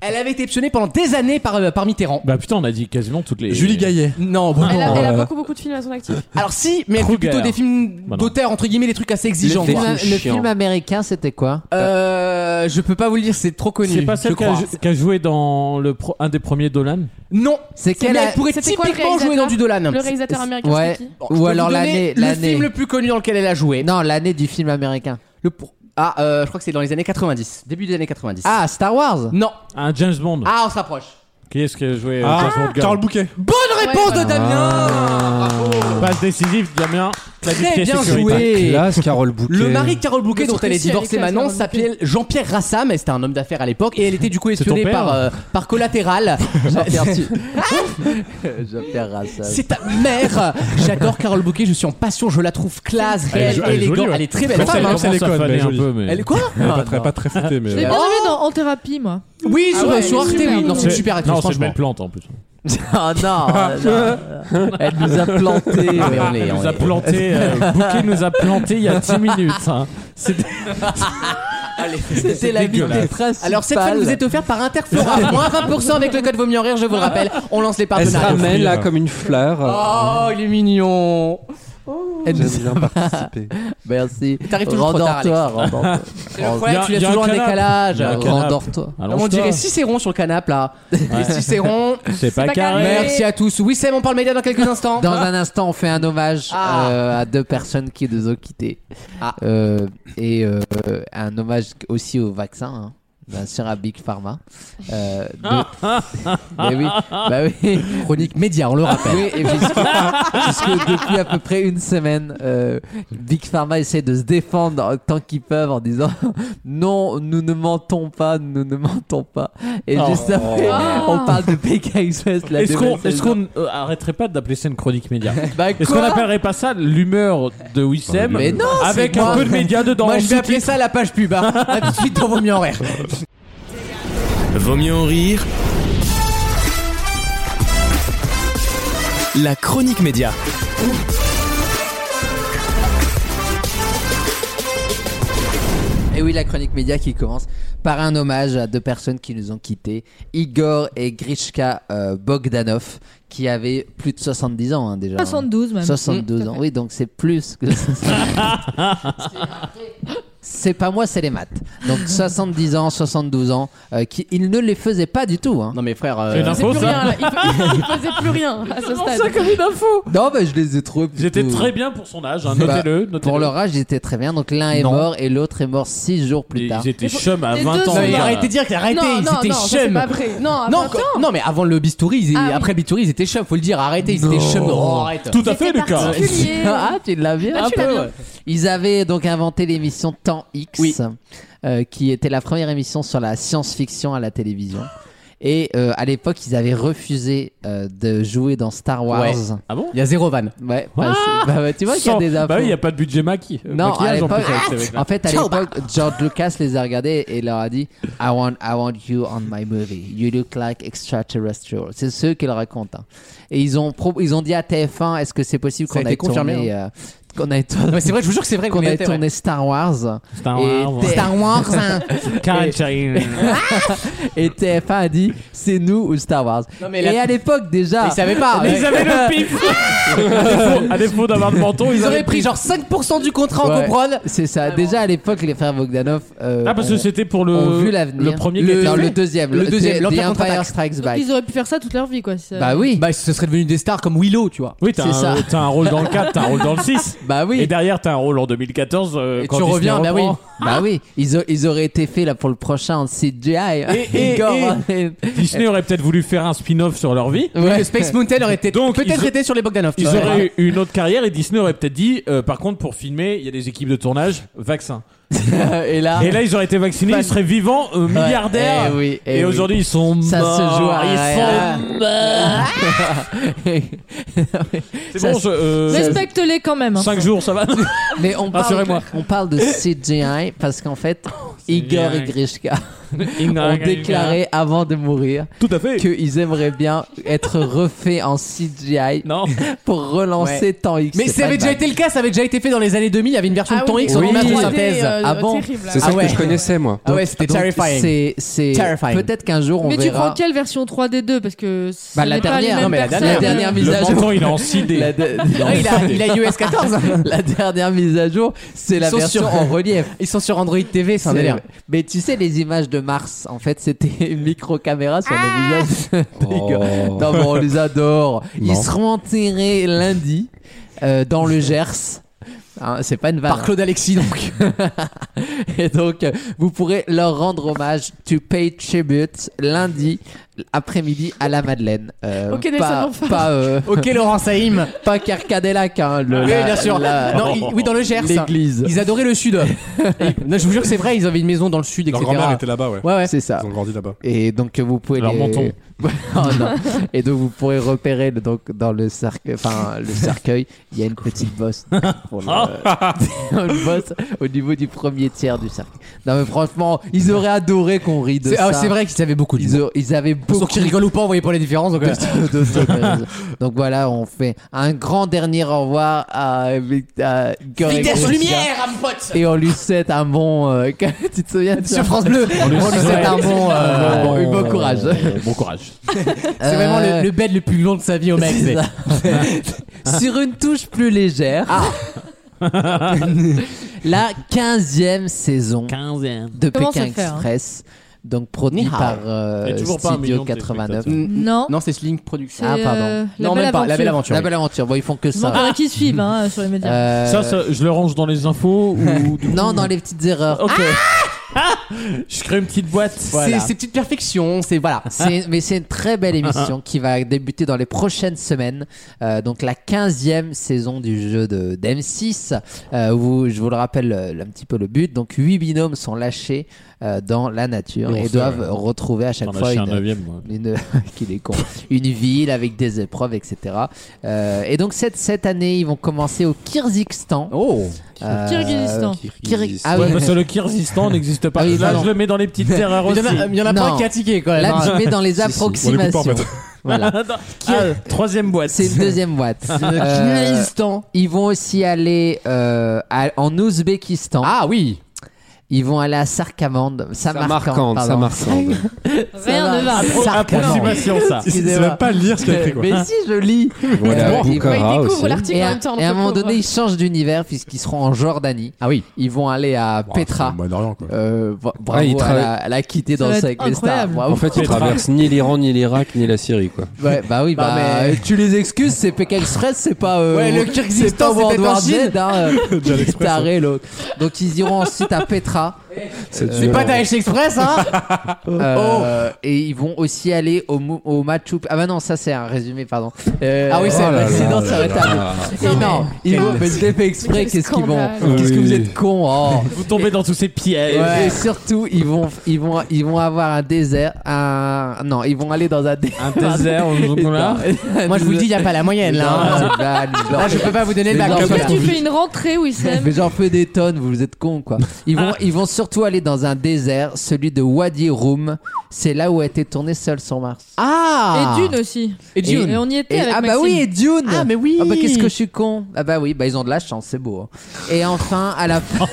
Speaker 2: Elle avait été optionnée pendant des années par, par Mitterrand.
Speaker 3: Bah putain, on a dit quasiment toutes les.
Speaker 6: Julie Gaillet.
Speaker 2: Non, bon.
Speaker 7: Elle a,
Speaker 6: Oh
Speaker 7: elle
Speaker 6: là
Speaker 7: a
Speaker 6: là.
Speaker 2: euh,
Speaker 7: beaucoup beaucoup de films à son actif.
Speaker 2: Alors si, mais elle fait
Speaker 3: Kruger.
Speaker 2: plutôt des films
Speaker 3: Bah non.
Speaker 2: d'auteur entre guillemets, des trucs assez exigeants.
Speaker 4: Les
Speaker 2: quoi.
Speaker 4: films-
Speaker 5: Le
Speaker 4: Chiant.
Speaker 5: film américain, c'était quoi
Speaker 2: Euh, je peux pas vous le dire, c'est trop connu.
Speaker 3: C'est pas
Speaker 2: je
Speaker 3: celle qui a,
Speaker 2: crois.
Speaker 3: jou- qui a joué dans le pro- un des premiers Dolan
Speaker 2: Non,
Speaker 5: C'est
Speaker 2: mais
Speaker 5: quelle
Speaker 2: elle pourrait
Speaker 7: C'était quoi le
Speaker 2: typiquement jouer dans du Dolan.
Speaker 7: Le réalisateur
Speaker 2: hein,
Speaker 7: américain,
Speaker 5: Ouais.
Speaker 7: c'est qui
Speaker 2: Bon, je
Speaker 5: Ou
Speaker 2: peux
Speaker 5: alors
Speaker 2: vous donner
Speaker 5: l'année.
Speaker 2: Le film
Speaker 5: l'année.
Speaker 2: le plus connu dans lequel elle a joué.
Speaker 5: Non, l'année du film américain.
Speaker 2: Le pour- Ah, euh, je crois que c'est dans les années 90. Début des années 90.
Speaker 5: Ah, Star *laughs* Wars
Speaker 2: Non.
Speaker 3: Un James Bond.
Speaker 2: Ah, on s'approche.
Speaker 3: Qui est-ce qui a joué euh,
Speaker 6: Ah,
Speaker 3: James Bond
Speaker 6: Carl Bouquet.
Speaker 2: Bonne réponse
Speaker 7: voilà.
Speaker 2: de Damien
Speaker 3: Passe décisive, Damien. T'as dit
Speaker 2: Très
Speaker 3: pied
Speaker 2: bien
Speaker 3: sécurité.
Speaker 2: joué.
Speaker 4: Classe, Carole Bouquet.
Speaker 2: Le mari de Carole Bouquet,
Speaker 7: Le
Speaker 2: dont elle est
Speaker 7: stressé,
Speaker 2: divorcée
Speaker 7: elle est classe,
Speaker 2: maintenant,
Speaker 7: Carole Bouquet.
Speaker 2: s'appelait Jean-Pierre Rassam, et c'était un homme d'affaires à l'époque, et elle était du coup
Speaker 3: C'est ton
Speaker 2: espionnée
Speaker 3: père
Speaker 2: par, euh, par
Speaker 3: *laughs*
Speaker 2: collatéral. *laughs*
Speaker 5: *laughs* Jean-Pierre Rassel.
Speaker 2: C'est ta mère J'adore Carole Bouquet, je suis en passion, je la trouve classe,
Speaker 3: Elle est
Speaker 2: réelle,
Speaker 3: jo- elle est
Speaker 2: élégante,
Speaker 3: jolie, ouais.
Speaker 2: elle est très
Speaker 3: Je
Speaker 2: belle
Speaker 3: pense
Speaker 2: femme.
Speaker 3: qu'elle
Speaker 2: hein.
Speaker 6: c'est
Speaker 3: commence à
Speaker 6: l'école,
Speaker 3: faner
Speaker 6: mais
Speaker 3: un
Speaker 6: jolie.
Speaker 3: peu, mais.
Speaker 2: Elle est quoi
Speaker 6: Pas très, pas très foutée,
Speaker 7: Je l'ai
Speaker 6: mais. euh,
Speaker 2: euh,
Speaker 7: bien aimé dans En thérapie, moi.
Speaker 2: Oui,
Speaker 7: Ah
Speaker 2: sur,
Speaker 7: ouais,
Speaker 2: sur
Speaker 7: elle
Speaker 2: Arte, oui.
Speaker 7: est super
Speaker 2: Non, c'est une
Speaker 7: mignonne.
Speaker 2: super actrice,
Speaker 3: Non, c'est une
Speaker 2: franchement.
Speaker 3: belle plante en plus.
Speaker 5: Oh
Speaker 3: Ah,
Speaker 5: non, euh, non,
Speaker 6: *laughs*
Speaker 5: Elle nous a planté.
Speaker 6: Ah,
Speaker 2: mais on est-
Speaker 3: Elle
Speaker 2: on
Speaker 3: nous a
Speaker 2: est- *laughs*
Speaker 3: planté, euh, Bouquet nous a planté il y a 10 minutes. hein. C'était
Speaker 5: C'était la
Speaker 3: dégueulasse.
Speaker 5: vitesse principale.
Speaker 2: Alors cette fois vous êtes offert par
Speaker 3: *laughs*
Speaker 2: Interflora, moins 20% avec le code vaut mieux en rire, je vous le rappelle, on lance les
Speaker 4: Elle se
Speaker 2: partenariats.
Speaker 4: ramène là
Speaker 6: Offrir.
Speaker 4: comme une fleur.
Speaker 2: Oh, il est mignon
Speaker 5: Elle nous-
Speaker 4: J'aime bien participer.
Speaker 5: Merci.
Speaker 2: T'arrives toujours trop tard,
Speaker 5: Rendors-toi, rendors-toi.
Speaker 2: C'est le problème,
Speaker 3: Il Oh, y a-
Speaker 2: tu
Speaker 3: il y
Speaker 2: laisses
Speaker 3: a un
Speaker 2: toujours un
Speaker 3: canapé.
Speaker 2: décalage.
Speaker 3: Il y a un canapé.
Speaker 5: Rendors-toi.
Speaker 2: Comme on dirait Cicéron sur le canapé là. Les Cicéron.
Speaker 3: C'est pas
Speaker 7: pas carré.
Speaker 3: carré.
Speaker 2: Merci à tous. Oui, Sam, on parle média dans quelques instants.
Speaker 5: Dans un instant, on fait un hommage
Speaker 2: Ah.
Speaker 5: euh, à deux personnes qui nous ont quittés.
Speaker 2: Ah.
Speaker 5: Euh, et euh, un hommage aussi au vaccin, hein, bien sûr, à Big Pharma. Euh, de-
Speaker 2: *laughs*
Speaker 5: Bah oui, bah oui.
Speaker 2: Chronique média, on le rappelle.
Speaker 5: Oui, et puisque, puisque depuis à peu près une semaine, euh, Big Pharma essaie de se défendre tant qu'ils peuvent en disant non, nous ne mentons pas, nous ne mentons pas. Et juste après, on parle de Pékin Express. la
Speaker 3: Oh. Est-ce qu'on
Speaker 5: nouvelle
Speaker 3: est-ce qu'on, euh, arrêterait pas d'appeler ça une
Speaker 2: *laughs*
Speaker 3: chronique média
Speaker 5: Bah,
Speaker 3: Est-ce qu'on
Speaker 5: quoi
Speaker 3: appellerait pas ça l'humeur de Wissem
Speaker 5: Mais non,
Speaker 3: avec
Speaker 5: c'est
Speaker 3: un
Speaker 5: moi.
Speaker 3: peu de média dedans
Speaker 2: Moi, je vais appeler ça la page pub.
Speaker 5: *laughs*
Speaker 2: hein. À tout de suite, on vaut mieux en rire.
Speaker 1: Vaut mieux en rire. La chronique média.
Speaker 5: Et oui, la chronique média qui commence par un hommage à deux personnes qui nous ont quittés, Igor et Grishka euh, Bogdanov, qui avaient plus de 70 ans hein, déjà.
Speaker 7: 72 même.
Speaker 5: 62
Speaker 7: Mmh,
Speaker 5: ans,
Speaker 7: tout à
Speaker 5: oui, donc c'est plus que. c'est pas moi, c'est les maths. Donc 70 ans, 72 ans, euh, qui, il ne les faisait pas du tout. Hein.
Speaker 2: Non, mais frère. euh,
Speaker 3: C'est une
Speaker 7: Il
Speaker 3: info
Speaker 7: faisait plus rien
Speaker 3: ça
Speaker 7: là. Il, *laughs* il faisait plus rien à ce stade. ça comme une info.
Speaker 5: Non, mais je les ai trouvés.
Speaker 3: J'étais
Speaker 5: plutôt-
Speaker 3: très bien pour son âge, hein,
Speaker 2: Bah,
Speaker 3: notez-le. notez-le.
Speaker 5: Pour leur âge, ils étaient très bien. Donc l'un est
Speaker 2: Non.
Speaker 5: mort et l'autre est mort 6 jours plus
Speaker 3: Ils
Speaker 5: tard.
Speaker 3: ils étaient
Speaker 7: Les deux
Speaker 3: chums à
Speaker 7: sont
Speaker 3: 20 ans.
Speaker 7: morts.
Speaker 2: Non, mais
Speaker 7: Bah,
Speaker 2: arrêtez de dire qu'ils arrêtez,
Speaker 7: non,
Speaker 2: ils
Speaker 7: non,
Speaker 2: étaient
Speaker 7: non, ça, c'est
Speaker 2: chums.
Speaker 7: pas vrai. Non, à
Speaker 2: Non,
Speaker 7: 20
Speaker 2: co-
Speaker 7: ans.
Speaker 2: non, mais avant le bistouri, ils-
Speaker 7: Ah oui.
Speaker 2: après le bistouri, ils étaient chums. Faut le dire, arrêtez, ils étaient chums. Oh, arrête.
Speaker 3: Tout à fait,
Speaker 7: C'était
Speaker 3: Lucas.
Speaker 7: particulier.
Speaker 5: Ah, tu l'as bien.
Speaker 7: Ah, tu l'as bien.
Speaker 5: Ils avaient donc inventé l'émission Temps X,
Speaker 2: Oui.
Speaker 5: euh, qui était la première émission sur la science-fiction à la télévision. Et euh, à l'époque, ils avaient refusé euh, de jouer dans Star Wars.
Speaker 2: Ouais.
Speaker 3: Ah bon
Speaker 2: Il y a zéro van.
Speaker 5: Ouais, parce- bah, bah, tu vois qu'il y a
Speaker 3: Sans-
Speaker 5: des infos.
Speaker 3: Bah oui, il n'y a pas de budget maquis.
Speaker 5: Non, à
Speaker 3: Euh, maquillage en plus.
Speaker 5: l'époque-
Speaker 3: avec ces mecs-là.
Speaker 5: en fait, à l'époque, George Lucas les a regardés et leur a dit I want, I want you on my movie. You look like extraterrestrial. C'est ce qu'il raconte. hein. Et ils ont, pro- ils ont dit à TF1 Est-ce que c'est possible
Speaker 2: Ça
Speaker 5: qu'on
Speaker 2: a été
Speaker 5: ait
Speaker 2: confirmé,
Speaker 5: tourné, euh, qu'on ait tourné-
Speaker 2: Non, mais c'est vrai, je vous jure que c'est vrai
Speaker 5: qu'on
Speaker 2: qu'on
Speaker 5: ait
Speaker 2: était
Speaker 5: tourné Star Wars
Speaker 3: Ah, Star
Speaker 5: et
Speaker 3: Wars.
Speaker 5: T- Star Wars hein.
Speaker 3: Karen Cherry.
Speaker 5: *laughs* et TF1 a dit c'est nous ou Star Wars
Speaker 2: Non, mais
Speaker 5: et
Speaker 2: la-
Speaker 5: à l'époque déjà
Speaker 2: Ils savaient pas. ouais.
Speaker 3: Ils avaient *laughs*
Speaker 5: *laughs*
Speaker 3: le pif. à défaut, à défaut d'avoir le menton, ils,
Speaker 2: Ils
Speaker 3: avaient
Speaker 2: auraient pris genre 5% du contrat, on
Speaker 5: Ouais.
Speaker 2: comprend.
Speaker 5: c'est ça déjà à l'époque les frères Bogdanov euh,
Speaker 3: Ah, parce que
Speaker 5: ont-
Speaker 3: c'était pour
Speaker 5: ont
Speaker 2: Euh,
Speaker 3: le,
Speaker 5: vu l'avenir.
Speaker 3: le premier
Speaker 5: le,
Speaker 3: qui a été
Speaker 5: non,
Speaker 3: fait.
Speaker 5: le deuxième
Speaker 2: Le deuxième,
Speaker 5: The
Speaker 2: l'Empire
Speaker 5: Empire
Speaker 2: contre-attaque.
Speaker 5: Strikes
Speaker 7: Donc,
Speaker 5: Back
Speaker 7: ils auraient pu faire ça toute leur vie, quoi. euh, si ça-
Speaker 5: bah oui
Speaker 2: Bah, ce serait devenu des stars comme Willow, tu vois.
Speaker 3: Oui, t'as
Speaker 5: C'est ça.
Speaker 3: un, t'as un rôle dans le 4, t'as un rôle dans le 6.
Speaker 5: bah oui
Speaker 3: Et derrière, t'as un rôle en 2014. euh,
Speaker 2: Et
Speaker 3: quand
Speaker 2: tu
Speaker 3: Disney
Speaker 2: reviens, bah oui.
Speaker 3: reprend.
Speaker 5: bah oui ils, a- ils auraient été faits là pour le prochain en CGI
Speaker 3: et- Disney aurait peut-être voulu faire un spin-off sur leur vie.
Speaker 2: Mais le Space Mountain aurait été
Speaker 3: Donc,
Speaker 2: peut-être
Speaker 3: ils-
Speaker 2: été sur les Bogdanov.
Speaker 3: Ils
Speaker 2: Ouais.
Speaker 3: auraient eu une autre carrière et Disney aurait peut-être dit, euh, par contre, pour filmer, il y a des équipes de tournage, vaccin.
Speaker 5: *laughs* et là
Speaker 3: Et là, ils auraient été vaccinés, ils seraient vivants, euh, milliardaires.
Speaker 5: Ah. Eh oui, eh
Speaker 3: Et,
Speaker 5: oui.
Speaker 3: aujourd'hui, ils sont
Speaker 5: Ça
Speaker 3: morts.
Speaker 5: se joue à rien.
Speaker 3: Ils sont morts. C'est
Speaker 5: Ça
Speaker 3: bon, je, euh,
Speaker 7: Respecte-les quand même. hein.
Speaker 3: 5 jours, ça
Speaker 5: *laughs*
Speaker 3: va
Speaker 5: *laughs* Mais on parle,
Speaker 3: Rassurez-moi. Oh,
Speaker 5: on parle de CGI parce qu'en
Speaker 3: *laughs*
Speaker 5: fait, Igor et Grishka ont déclaré avant de mourir
Speaker 3: hein. Tout à fait.
Speaker 5: qu'ils aimeraient bien être refaits en CGI *laughs*
Speaker 3: Non.
Speaker 5: pour relancer
Speaker 2: Ouais.
Speaker 5: Temps X.
Speaker 2: Mais
Speaker 5: C'est
Speaker 2: ça
Speaker 5: pas
Speaker 2: avait déjà
Speaker 5: mal.
Speaker 2: été le cas, ça avait déjà été fait dans les années 2000. Il y avait une version
Speaker 7: Ah
Speaker 2: de temps
Speaker 7: oui,
Speaker 2: X en
Speaker 5: oui.
Speaker 2: image de
Speaker 5: 3D,
Speaker 2: synthèse.
Speaker 7: euh,
Speaker 5: Ah bon
Speaker 7: terrible, là.
Speaker 4: C'est ça
Speaker 2: ouais.
Speaker 4: que je connaissais, moi.
Speaker 2: Ah ouais, c'était
Speaker 5: Donc,
Speaker 2: terrifying.
Speaker 5: C'est, c'est
Speaker 2: Terrifying.
Speaker 5: peut-être qu'un jour on
Speaker 7: Mais tu prends
Speaker 5: verra.
Speaker 7: quelle version 3D2 Parce que. ce
Speaker 5: Bah, la
Speaker 7: n'est pas les
Speaker 5: dernière,
Speaker 7: mêmes
Speaker 5: non,
Speaker 2: mais la
Speaker 7: personnes.
Speaker 5: La dernière mise à
Speaker 3: Le
Speaker 5: jour.
Speaker 3: menton, il est en 6D.
Speaker 2: *laughs*
Speaker 5: La, *laughs* de-
Speaker 2: Ah, il, a, il a US 14.
Speaker 5: la dernière mise à jour, c'est la
Speaker 2: Ils sont
Speaker 5: version
Speaker 2: sur-
Speaker 5: en relief.
Speaker 2: Ils sont sur Android TV, *laughs* c'est un
Speaker 5: C'est-
Speaker 2: délire.
Speaker 5: Mais tu sais, les images de Mars, en fait, c'était *laughs* une micro-caméra sur
Speaker 7: Ah
Speaker 2: *laughs*
Speaker 5: le visage
Speaker 2: Oh.
Speaker 5: des gars. Non, mais on les adore.
Speaker 6: Non.
Speaker 5: Ils seront enterrés lundi euh, dans
Speaker 2: *laughs*
Speaker 5: le Gers. Hein, c'est pas une vanne.
Speaker 2: Par Claude Alexis, donc.
Speaker 5: Et donc, euh, vous pourrez leur rendre hommage to pay tribute lundi après-midi à la Madeleine. Euh,
Speaker 7: Ok, Nelson
Speaker 5: pas,
Speaker 7: Montfort.
Speaker 5: pas, euh,
Speaker 2: *laughs* ok, Laurent Saïm.
Speaker 5: pas Carcadelac, hein, le-
Speaker 2: Oui,
Speaker 5: la-
Speaker 2: bien sûr.
Speaker 5: la-
Speaker 2: Non, ils- oui, dans le Gers.
Speaker 5: l'église.
Speaker 2: Ils adoraient le *laughs* Sud. Et- non, je vous jure que c'est vrai, ils avaient une maison dans le Sud,
Speaker 6: Leur
Speaker 2: etc.
Speaker 6: grand-mère était là-bas, ouais.
Speaker 2: Ouais, ouais.
Speaker 5: C'est ça.
Speaker 6: Ils ont grandi là-bas.
Speaker 5: Et donc vous pouvez
Speaker 3: Leur
Speaker 5: les-
Speaker 3: menton.
Speaker 5: *laughs* Oh non. Et donc vous pourrez repérer le- donc dans le cercueil, enfin le cercueil, il y a une petite
Speaker 2: *laughs*
Speaker 5: bosse, pour
Speaker 2: Ah.
Speaker 5: le- *laughs* une bosse au niveau du premier tiers du cercueil. Non mais franchement, ils auraient adoré qu'on rie de
Speaker 2: C'est
Speaker 5: ça.
Speaker 2: ah, c'est vrai qu'ils avaient beaucoup de
Speaker 5: Ils, aur- ils avaient beaucoup
Speaker 2: Sauf qu'ils rigolent ou pas, on voyait pas les différences. Donc, euh,
Speaker 5: de- de- de- Donc voilà, on fait un grand dernier au revoir à, à Igor et Grishka.
Speaker 2: à mon pote
Speaker 5: Et on lui souhaite un bon. euh, *laughs* tu te souviens de ça
Speaker 2: Sur France Bleu
Speaker 5: On lui souhaite Oh, un bon, euh,
Speaker 3: Bon, euh,
Speaker 5: bon courage. *laughs*
Speaker 3: Bon courage.
Speaker 2: C'est vraiment le, le bed le plus long de sa vie au mec.
Speaker 5: C'est
Speaker 2: euh, *laughs* c'est-
Speaker 5: ça. *laughs* Sur une touche plus légère. *laughs* la 15e saison
Speaker 3: 15e.
Speaker 5: de
Speaker 7: Comment
Speaker 5: Pékin
Speaker 7: se faire, hein
Speaker 5: Express. Donc produit
Speaker 2: Ni hao.
Speaker 5: par euh,
Speaker 3: Il y a toujours pas un million
Speaker 5: Studio
Speaker 3: de
Speaker 5: 89.
Speaker 3: téléspectateurs.
Speaker 7: Non.
Speaker 2: Non, c'est Sling Production.
Speaker 5: Ah,
Speaker 7: C'est,
Speaker 5: pardon.
Speaker 7: euh,
Speaker 2: Non, même pas, la belle aventure.
Speaker 5: La belle aventure. Bon, ils font que
Speaker 7: Il manque
Speaker 5: ça.
Speaker 7: qui suivent hein, sur les médias.
Speaker 5: Euh,
Speaker 3: Ça, ça, je le range dans les infos
Speaker 5: *laughs*
Speaker 3: ou du
Speaker 5: Non,
Speaker 3: coup-
Speaker 5: dans les petites erreurs. Ah
Speaker 3: Ok. je crée une petite boîte.
Speaker 2: C'est ces petites perfections, c'est voilà.
Speaker 5: C'est- mais c'est une très belle émission qui va débuter dans les prochaines semaines. Euh, donc la 15e saison du jeu de d'M6. Euh, où, je vous le rappelle euh, un petit peu le but. Donc 8 binômes sont lâchés euh, dans la nature
Speaker 3: Oui, on
Speaker 5: et
Speaker 3: sait,
Speaker 5: doivent
Speaker 3: ouais.
Speaker 5: retrouver à
Speaker 3: J'en
Speaker 5: chaque
Speaker 3: ai
Speaker 5: fois
Speaker 3: acheté un
Speaker 5: une,
Speaker 3: neuvième, moi.
Speaker 5: une- *laughs* qu'il est con. une ville avec des épreuves, etc. Euh, et donc cette, cette année, ils vont commencer au Kyrgyzstan.
Speaker 2: Oh
Speaker 5: Euh,
Speaker 7: Kyrgyzstan.
Speaker 5: Kyr- Ah
Speaker 3: Ouais, bah,
Speaker 5: oui.
Speaker 3: parce que
Speaker 5: *laughs*
Speaker 3: le Kyrgyzstan n'existe pas.
Speaker 5: Ah oui,
Speaker 3: Là,
Speaker 5: pardon.
Speaker 3: je le mets dans les
Speaker 5: *laughs*
Speaker 3: petites erreurs
Speaker 2: Il y
Speaker 3: aussi.
Speaker 2: en a, il y en a
Speaker 5: Non.
Speaker 2: pas un qui a tiqué quand même.
Speaker 5: Là,
Speaker 2: hein.
Speaker 5: tu mets dans les
Speaker 6: On les coupe pas,
Speaker 5: approximations.
Speaker 6: en fait.
Speaker 5: Voilà.
Speaker 3: Ah, troisième boîte.
Speaker 5: C'est une deuxième boîte.
Speaker 2: Le
Speaker 5: Euh,
Speaker 2: Kyrgyzstan.
Speaker 5: Ils vont aussi aller euh, à- en Ouzbékistan.
Speaker 2: Ah oui
Speaker 5: Ils vont aller à Sarkand.
Speaker 4: Ça marquante,
Speaker 5: *laughs*
Speaker 4: ça marquante.
Speaker 7: Rien ne va.
Speaker 3: Oh, Approximation, ça.
Speaker 6: Ils ne savent pas lire ce qu'il y a écrit, quoi.
Speaker 5: Mais si, je lis.
Speaker 4: Voilà,
Speaker 5: Bon.
Speaker 4: Boukhara
Speaker 10: découvre
Speaker 4: aussi.
Speaker 10: l'article
Speaker 5: Et
Speaker 10: en
Speaker 5: à,
Speaker 10: même temps.
Speaker 5: et à un moment
Speaker 10: pauvre.
Speaker 5: donné, ils changent d'univers puisqu'ils seront en Jordanie.
Speaker 2: Ah oui
Speaker 5: Ils vont aller à
Speaker 6: Bon, c'est
Speaker 5: Petra.
Speaker 6: le Moyen-Orient, quoi.
Speaker 5: Euh, bra- bravo,
Speaker 4: Ouais, ils
Speaker 5: elle,
Speaker 4: travaillent-
Speaker 5: a, elle a quitté
Speaker 7: Ça
Speaker 5: dans
Speaker 7: va
Speaker 5: ça
Speaker 7: être
Speaker 5: avec les stars.
Speaker 7: incroyable.
Speaker 5: Bravo.
Speaker 4: En fait, ils traversent ni l'Iran, ni l'Irak, ni la Syrie, quoi.
Speaker 5: Ouais, bah oui, bah,
Speaker 2: Bah, mais-
Speaker 5: tu les excuses, c'est Pékin Express, c'est pas. euh,
Speaker 2: Ouais, le
Speaker 5: c'est
Speaker 2: Kyrgyzstan,
Speaker 5: pas
Speaker 2: c'était
Speaker 5: World
Speaker 2: en
Speaker 5: War
Speaker 2: Chine.
Speaker 5: Z, hein, euh,
Speaker 6: Déjà l'Express,
Speaker 5: taré, l'autre. Donc ils iront ensuite à Petra,
Speaker 6: C'est
Speaker 2: C'est
Speaker 6: dur.
Speaker 2: pas Daesh Express, hein
Speaker 5: Euh, Et ils vont aussi aller au, mou- au Machu Ah bah non, ça c'est un résumé, pardon. Euh,
Speaker 2: Ah oui, c'est
Speaker 5: oh
Speaker 2: un
Speaker 5: là
Speaker 2: accident,
Speaker 5: là
Speaker 2: ça
Speaker 5: là
Speaker 2: va
Speaker 5: là
Speaker 2: tarder.
Speaker 5: là. Et non, ils vont, mais je l'ai fait exprès,
Speaker 7: Mais quel
Speaker 5: qu'est-ce qu'ils vont
Speaker 7: scandale.
Speaker 5: Qu'est-ce que
Speaker 6: Oui.
Speaker 5: vous êtes cons oh.
Speaker 3: Vous tombez dans tous ces pièges.
Speaker 5: Et surtout, ils vont, ils vont, ils vont avoir un désert, un non, ils vont aller dans un désert.
Speaker 3: Un désert aux là.
Speaker 2: *laughs* Moi, je vous le dis, il n'y a pas la moyenne, là. hein. Là, je peux pas vous donner le bac.
Speaker 5: Mais non,
Speaker 2: hein,
Speaker 5: mais
Speaker 7: Pourquoi
Speaker 2: parce
Speaker 7: tu
Speaker 2: que-
Speaker 7: fais une rentrée, Wissem
Speaker 5: *laughs* Mais j'en fais des tonnes, vous êtes cons quoi. Ils vont, ils vont surtout aller dans un désert, celui de Wadi Rum. C'est là où a été tourné Seul sur Mars.
Speaker 2: Ah
Speaker 7: Et Dune aussi.
Speaker 2: Et Dune.
Speaker 7: Et on y était
Speaker 5: Et-
Speaker 7: avec
Speaker 5: ah bah
Speaker 7: Maxime.
Speaker 5: oui, et Dune.
Speaker 2: Ah, mais oui
Speaker 5: Ah bah qu'est-ce que je suis con Ah bah oui, bah ils ont de la chance, c'est beau. hein. Et enfin, à la fin,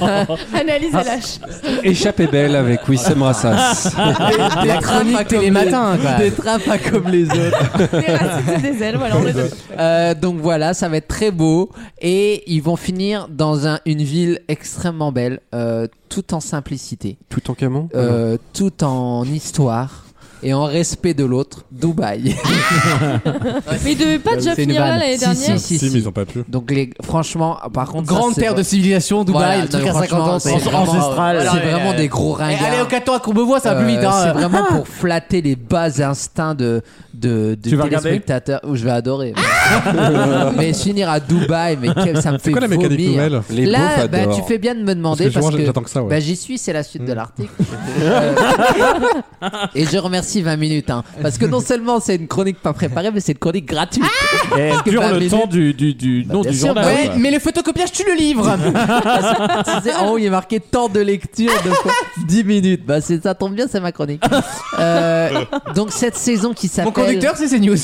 Speaker 7: Analyse à lâche.
Speaker 4: Échappée belle avec Wissem Rassas.
Speaker 2: *laughs* La chronique les
Speaker 5: *laughs*
Speaker 2: matins, quoi.
Speaker 5: des trappes pas comme les autres.
Speaker 7: Des racines et des ailes, voilà, on est deux.
Speaker 5: Euh, donc voilà, ça va être très beau. Et ils vont finir dans un- une ville extrêmement belle, euh, tout en simplicité,
Speaker 4: Tout en camon
Speaker 2: Ah
Speaker 5: euh, tout en histoire et en respect de l'autre, Dubaï.
Speaker 7: Mais ils devaient pas déjà
Speaker 2: C'est une
Speaker 7: finir là
Speaker 2: vanne.
Speaker 7: l'année
Speaker 5: si, si,
Speaker 7: dernière
Speaker 5: si,
Speaker 6: Si,
Speaker 5: si.
Speaker 6: mais ils ont pas pu.
Speaker 5: Donc les, franchement, par contre,
Speaker 2: Grande terre de civilisation, Dubaï, le truc à 50 ans. euh,
Speaker 5: c'est vraiment,
Speaker 3: ancestral.
Speaker 5: c'est vraiment des gros
Speaker 2: Eh,
Speaker 5: ringards.
Speaker 2: Allez, au 4 qu'on me voit, ça va plus
Speaker 5: Euh,
Speaker 2: vite, hein.
Speaker 5: C'est vraiment pour flatter les bas instincts de, de, de
Speaker 3: Tu vas regarder
Speaker 5: téléspectateurs. Où je vais adorer. *laughs* mais finir à Dubaï, mais quel- ça me fait
Speaker 6: C'est quoi la mécanique
Speaker 5: vomir.
Speaker 6: nouvelle
Speaker 4: Euh, Les
Speaker 5: Là,
Speaker 4: beaufs
Speaker 5: bah,
Speaker 4: adorent.
Speaker 5: tu fais bien de me
Speaker 6: Parce
Speaker 5: demander
Speaker 6: que
Speaker 5: parce
Speaker 6: justement,
Speaker 5: que,
Speaker 6: j'attends que ça,
Speaker 5: bah,
Speaker 6: ouais. Mm.
Speaker 5: j'y suis, c'est la suite de l'article. Euh, et je remercie 20 minutes, hein, parce que non seulement c'est une chronique pas préparée, mais c'est une chronique gratuite.
Speaker 2: Ah
Speaker 3: Et
Speaker 5: que
Speaker 3: dure
Speaker 5: pas
Speaker 3: le
Speaker 5: les
Speaker 3: temps
Speaker 5: luttes.
Speaker 3: du, du, du,
Speaker 5: Bah,
Speaker 3: non,
Speaker 5: bien
Speaker 3: du
Speaker 5: sûr,
Speaker 3: journal.
Speaker 5: ouais.
Speaker 2: Ouais, mais le photocopiage, tu le *laughs* livres.
Speaker 5: Tu sais, en haut, il est marqué temps de lecture de fois 10 minutes. Bah, c'est ça tombe bien, c'est ma chronique. Euh, donc, cette saison qui s'appelle.
Speaker 2: Mon conducteur, c'est CNews.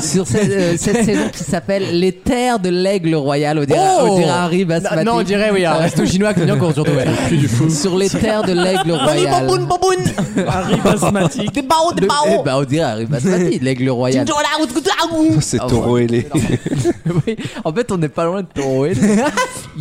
Speaker 5: Sur
Speaker 2: *laughs*
Speaker 5: cette, euh, cette saison qui s'appelle Les Terres de l'Aigle Royal, on dirait,
Speaker 2: Oh
Speaker 5: on dirait Harry Basmati.
Speaker 2: Non, on dirait, oui, un resto chinois qui vient qu'on surtout, ouais.
Speaker 5: Euh, Sur les Terres de l'Aigle
Speaker 2: Allez,
Speaker 5: Royal.
Speaker 2: baboun, baboun
Speaker 3: Harry Basmati.
Speaker 2: Des barreaux, des
Speaker 5: Eh
Speaker 2: barreaux
Speaker 5: ben, on dirait
Speaker 2: *laughs*
Speaker 5: Harry Basmati, l'Aigle Royal.
Speaker 4: *laughs* C'est
Speaker 5: Ah,
Speaker 4: taureau ailé.
Speaker 5: Oui, En fait, on n'est pas loin de Toro Il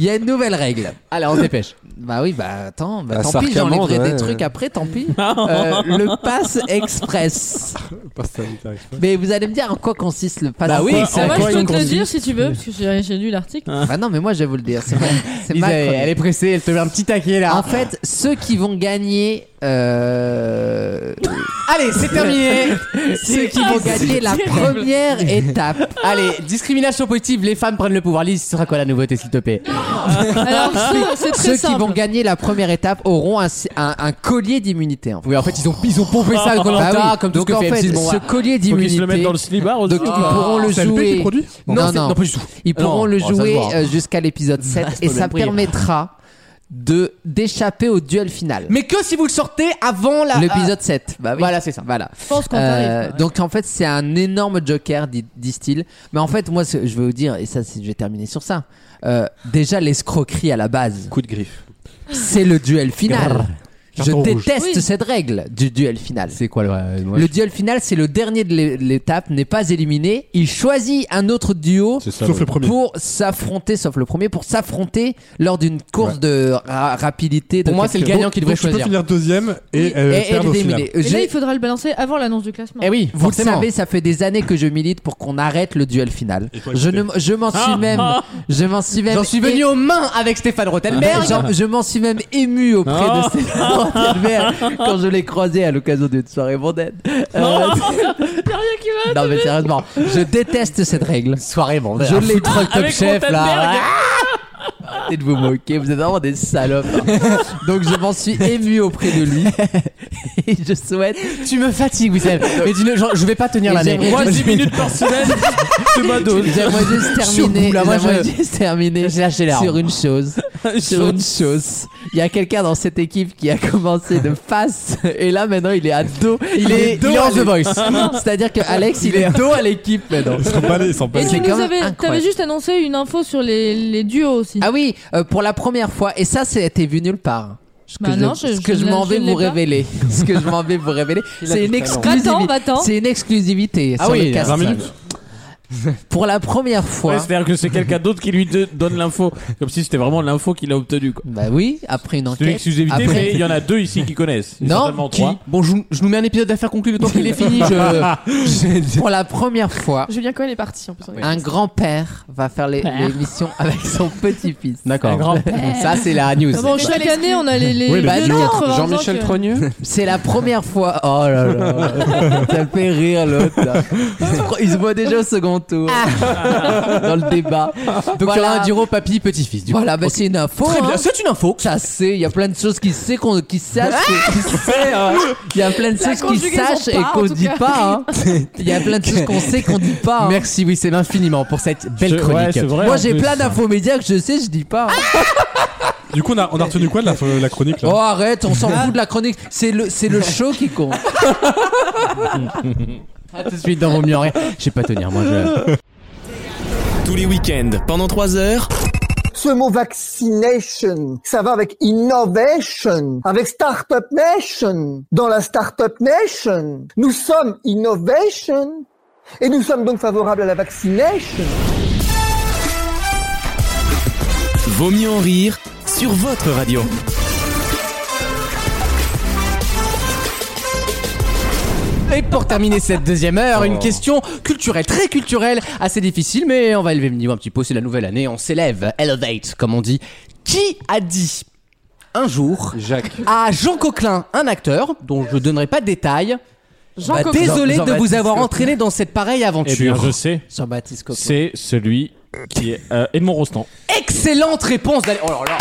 Speaker 5: y a une nouvelle règle.
Speaker 2: Allez, on se dépêche.
Speaker 5: Bah oui, bah attends, bah,
Speaker 4: Ah,
Speaker 5: tant pis,
Speaker 4: Sarcamande,
Speaker 5: j'enlèverai des
Speaker 4: ouais.
Speaker 5: trucs après,
Speaker 2: *laughs*
Speaker 5: tant pis. Euh, le pass express.
Speaker 6: Pas sanitaire, express.
Speaker 5: Mais vous allez me dire en quoi consiste le pass
Speaker 2: Bah oui,
Speaker 5: express.
Speaker 2: c'est
Speaker 7: Ah,
Speaker 2: à
Speaker 7: Moi,
Speaker 2: quoi
Speaker 7: je peux
Speaker 2: ils
Speaker 7: te le dire
Speaker 2: conduisent
Speaker 7: si tu veux, parce que j'ai j'ai lu l'article.
Speaker 5: Bah non, mais moi je vais vous le dire. C'est ma, c'est
Speaker 2: Lisa,
Speaker 5: ma
Speaker 2: elle,
Speaker 5: chronique.
Speaker 2: elle est pressée, elle te met un petit taquet là.
Speaker 5: En fait, ceux qui vont gagner, euh,
Speaker 2: Allez, *laughs*
Speaker 5: *laughs*
Speaker 2: c'est terminé.
Speaker 5: ceux qui vont gagner la première étape.
Speaker 2: Allez, discrimination positive, les femmes prennent le pouvoir. Lise, ce sera quoi la nouveauté, s'il te plaît
Speaker 7: Alors, c'est- c'est très
Speaker 5: Ceux qui
Speaker 7: simple.
Speaker 5: vont gagner la première étape auront un, un- un collier d'immunité. En fait.
Speaker 2: Oui, en fait, ils ont, ils ont pompé ça dans
Speaker 5: Bah
Speaker 2: Koh-Lanta,
Speaker 5: oui.
Speaker 2: comme
Speaker 5: Donc
Speaker 2: tout ce
Speaker 5: en
Speaker 2: que fait
Speaker 5: fait,
Speaker 2: M6. Bon,
Speaker 5: ce
Speaker 2: voilà.
Speaker 5: collier
Speaker 3: Faut qu'ils se le mettent
Speaker 5: d'immunité,
Speaker 3: dans le slibard aussi.
Speaker 5: donc ils
Speaker 2: Ah.
Speaker 5: pourront le
Speaker 6: C'est LP qui
Speaker 5: jouer.
Speaker 6: produit
Speaker 5: Non,
Speaker 2: c'est-
Speaker 5: non.
Speaker 2: non, pas du tout.
Speaker 5: Ils pourront
Speaker 2: Non,
Speaker 5: le
Speaker 2: bon, ça se
Speaker 5: jouer
Speaker 2: voit.
Speaker 5: euh, jusqu'à
Speaker 2: *laughs*
Speaker 5: l'épisode 7
Speaker 2: reste
Speaker 5: et
Speaker 2: au même
Speaker 5: ça
Speaker 2: prix.
Speaker 5: permettra de d'échapper au duel final.
Speaker 2: Mais que si vous le sortez avant la. ah.
Speaker 5: L'épisode 7. Bah oui.
Speaker 2: Voilà, c'est ça.
Speaker 5: Voilà.
Speaker 7: Je pense qu'on
Speaker 5: Euh,
Speaker 7: t'arrive.
Speaker 5: Donc en fait c'est un énorme joker dit- disent-ils. Mais en fait moi ce- je veux vous dire et ça c'est- je vais terminer sur ça. Euh, déjà l'escroquerie à la base
Speaker 4: Coup de griffe.
Speaker 5: c'est le duel final. Je
Speaker 6: Carton rouge.
Speaker 5: déteste
Speaker 7: Oui.
Speaker 5: cette règle du duel final.
Speaker 2: C'est quoi le. euh,
Speaker 5: Le duel final c'est le dernier de l'é- l'étape n'est pas éliminé. Il choisit un autre duo
Speaker 6: Sauf le premier.
Speaker 5: pour s'affronter sauf le premier pour s'affronter lors d'une course de ra- rapidité. de
Speaker 2: Pour moi, c'est le
Speaker 5: quelques-
Speaker 2: gagnant qui devrait
Speaker 6: Donc, tu peux
Speaker 2: choisir.
Speaker 6: finir deuxième et, euh,
Speaker 5: Et- et
Speaker 6: perdre au
Speaker 5: le
Speaker 6: final.
Speaker 5: démêler.
Speaker 7: Et là,
Speaker 5: J'ai-
Speaker 7: il faudra le balancer avant l'annonce du classement.
Speaker 2: Eh oui,
Speaker 5: Vous le
Speaker 2: forcément.
Speaker 5: savez, ça fait des années que je milite pour qu'on arrête le duel final.
Speaker 6: Et toi,
Speaker 5: Je,
Speaker 6: écoutez.
Speaker 5: ne, je m'en suis même, je m'en suis
Speaker 2: Ah.
Speaker 5: même,
Speaker 2: J'en suis venu
Speaker 5: é-
Speaker 2: aux mains avec Stéphane Rothenberg.
Speaker 5: J'en- je m'en suis même ému auprès
Speaker 3: Ah.
Speaker 5: de Stéphane Rothenberg quand je l'ai croisé à l'occasion d'une soirée mondaine. Euh, *laughs* non mais sérieusement, je déteste cette règle.
Speaker 2: Soirée, bon.
Speaker 5: Je l'ai
Speaker 2: trop top chef là.
Speaker 5: Ah Arrêtez de vous moquer, vous êtes vraiment des salopes. hein. Donc je m'en suis ému auprès
Speaker 2: *laughs*
Speaker 5: de lui et je souhaite
Speaker 2: Tu me fatigues, Wissem. Mais tu ne- genre, je vais pas tenir
Speaker 5: Et
Speaker 2: l'année.
Speaker 5: j'aimerais *laughs*
Speaker 3: Moi,
Speaker 5: juste-
Speaker 3: 10 minutes par semaine, c'est ma dose.
Speaker 5: J'aimerais juste
Speaker 2: Sur
Speaker 5: terminer,
Speaker 2: vous, là, moi,
Speaker 5: j'aimerais
Speaker 2: je-
Speaker 5: *laughs* juste terminer
Speaker 2: J'ai lâché l'arme.
Speaker 5: sur une chose. Sur une chose. Il y a quelqu'un dans cette équipe qui a commencé de face et là maintenant il est à dos.
Speaker 2: Il est
Speaker 5: dos
Speaker 2: il est
Speaker 5: à
Speaker 2: hors The
Speaker 5: l'é-
Speaker 2: Voice.
Speaker 5: *laughs* C'est-à-dire que Alex il
Speaker 2: Il
Speaker 5: est
Speaker 2: est-
Speaker 5: dos à l'équipe maintenant.
Speaker 6: Ils sont balés, ils sont
Speaker 7: Et
Speaker 6: balés.
Speaker 5: c'est
Speaker 7: tu
Speaker 5: quand
Speaker 7: nous
Speaker 5: même
Speaker 7: avais, t'avais
Speaker 5: incroyable.
Speaker 7: juste annoncé une info sur les, les duos aussi.
Speaker 5: Ah oui, euh, pour la première fois et ça c'était vu nulle part. Ce que
Speaker 7: Bah
Speaker 5: je,
Speaker 7: non, je-
Speaker 5: ce que
Speaker 7: je
Speaker 5: je
Speaker 7: l'ai-
Speaker 5: m'en
Speaker 7: je
Speaker 5: vais
Speaker 7: l'ai
Speaker 5: vous
Speaker 7: pas.
Speaker 5: révéler. Ce que je m'en vais vous révéler, c'est une
Speaker 7: talent.
Speaker 5: exclusivité.
Speaker 7: Va-t'en, va-t'en.
Speaker 5: C'est une exclusivité
Speaker 2: Ah
Speaker 5: sur
Speaker 2: oui,
Speaker 5: le cast.
Speaker 6: 20 minutes
Speaker 5: pour la première fois.
Speaker 3: Ouais, C'est-à-dire que c'est quelqu'un d'autre qui lui de- donne l'info, comme si c'était vraiment l'info qu'il a obtenue. quoi.
Speaker 5: Bah oui, après une
Speaker 3: C'est une
Speaker 5: enquête.
Speaker 3: exclusivité,
Speaker 5: après-
Speaker 3: mais il y en a deux ici qui connaissent. Et
Speaker 5: Non,
Speaker 3: certainement
Speaker 5: qui
Speaker 3: trois.
Speaker 2: Bon, je, je nous mets un épisode d'affaires conclu le temps qu'il est fini. Je, je-
Speaker 5: Pour la première fois,
Speaker 10: Julien Cohen est parti en plus. on est
Speaker 5: un
Speaker 10: triste.
Speaker 5: grand-père va faire les-
Speaker 10: Père.
Speaker 5: l'émission avec son petit-fils.
Speaker 2: D'accord. Ça, c'est la news.
Speaker 7: Ah Bon, chaque année, on a les, les
Speaker 6: Oui, bah,
Speaker 7: vieux de
Speaker 6: dis donc,
Speaker 7: 80 ans
Speaker 4: Jean-Michel
Speaker 7: que-
Speaker 4: Trogneux
Speaker 5: C'est la première fois. Oh là là, ça fait rire l'autre. là. Il se pro- Il se voit déjà au second tour dans le débat.
Speaker 2: Donc, il y aura
Speaker 5: Ah. Voilà.
Speaker 2: un diro papy petit-fils. du coup.
Speaker 5: Voilà, bah, c'est une info.
Speaker 2: Très bien,
Speaker 5: hein.
Speaker 2: c'est une info.
Speaker 5: Ça c'est, il y a plein de choses qui sait qu'on, qui sachent, que- qui sait, hein. Il y a plein de
Speaker 10: La
Speaker 5: choses qui
Speaker 10: conjugaison
Speaker 5: sachent et
Speaker 10: pas, en
Speaker 5: qu'on
Speaker 10: tout
Speaker 5: dit
Speaker 10: cas.
Speaker 5: pas. hein. Il y a plein de choses qu'on sait qu'on dit pas. hein.
Speaker 2: Merci, oui, c'est infiniment pour cette
Speaker 3: Je-
Speaker 2: belle
Speaker 3: ouais,
Speaker 2: chronique.
Speaker 3: c'est vrai,
Speaker 5: Moi
Speaker 3: en
Speaker 5: j'ai
Speaker 3: plus.
Speaker 5: plein d'infos médias que je sais, je dis pas. hein.
Speaker 6: Du coup, on a,
Speaker 5: Bah,
Speaker 6: on a retenu quoi de la, la chronique là
Speaker 5: Oh arrête, on s'en fout de la chronique. C'est le, c'est le show qui compte.
Speaker 2: À tout de suite dans Vos *laughs* mieux en rire. Je sais pas tenir, moi. Je...
Speaker 1: Tous les week-ends, pendant 3 heures.
Speaker 11: Ce mot vaccination, ça va avec innovation, avec startup nation. Dans la startup nation, nous sommes innovation et nous sommes donc favorables à la vaccination.
Speaker 1: Vaut mieux en rire sur votre radio.
Speaker 2: Et pour terminer cette deuxième heure, une question culturelle, très culturelle, assez difficile, mais on va élever le niveau un petit peu. C'est la nouvelle année, on s'élève, elevate, comme on dit. Qui a dit un jour
Speaker 4: Jacques.
Speaker 2: à Jean Coquelin, un acteur dont je donnerai pas de détails,
Speaker 7: Jean
Speaker 2: bah,
Speaker 7: Coquelin.
Speaker 2: désolé
Speaker 5: Jean-
Speaker 2: de vous
Speaker 5: Jean-Baptiste
Speaker 2: avoir
Speaker 5: Coquelin.
Speaker 2: entraîné dans cette pareille
Speaker 3: Eh bien,
Speaker 2: aventure.
Speaker 3: je sais,
Speaker 5: Jean-Baptiste Coquelin.
Speaker 3: c'est celui qui est euh, Edmond Rostand.
Speaker 2: Excellente réponse d'aller. Oh là là.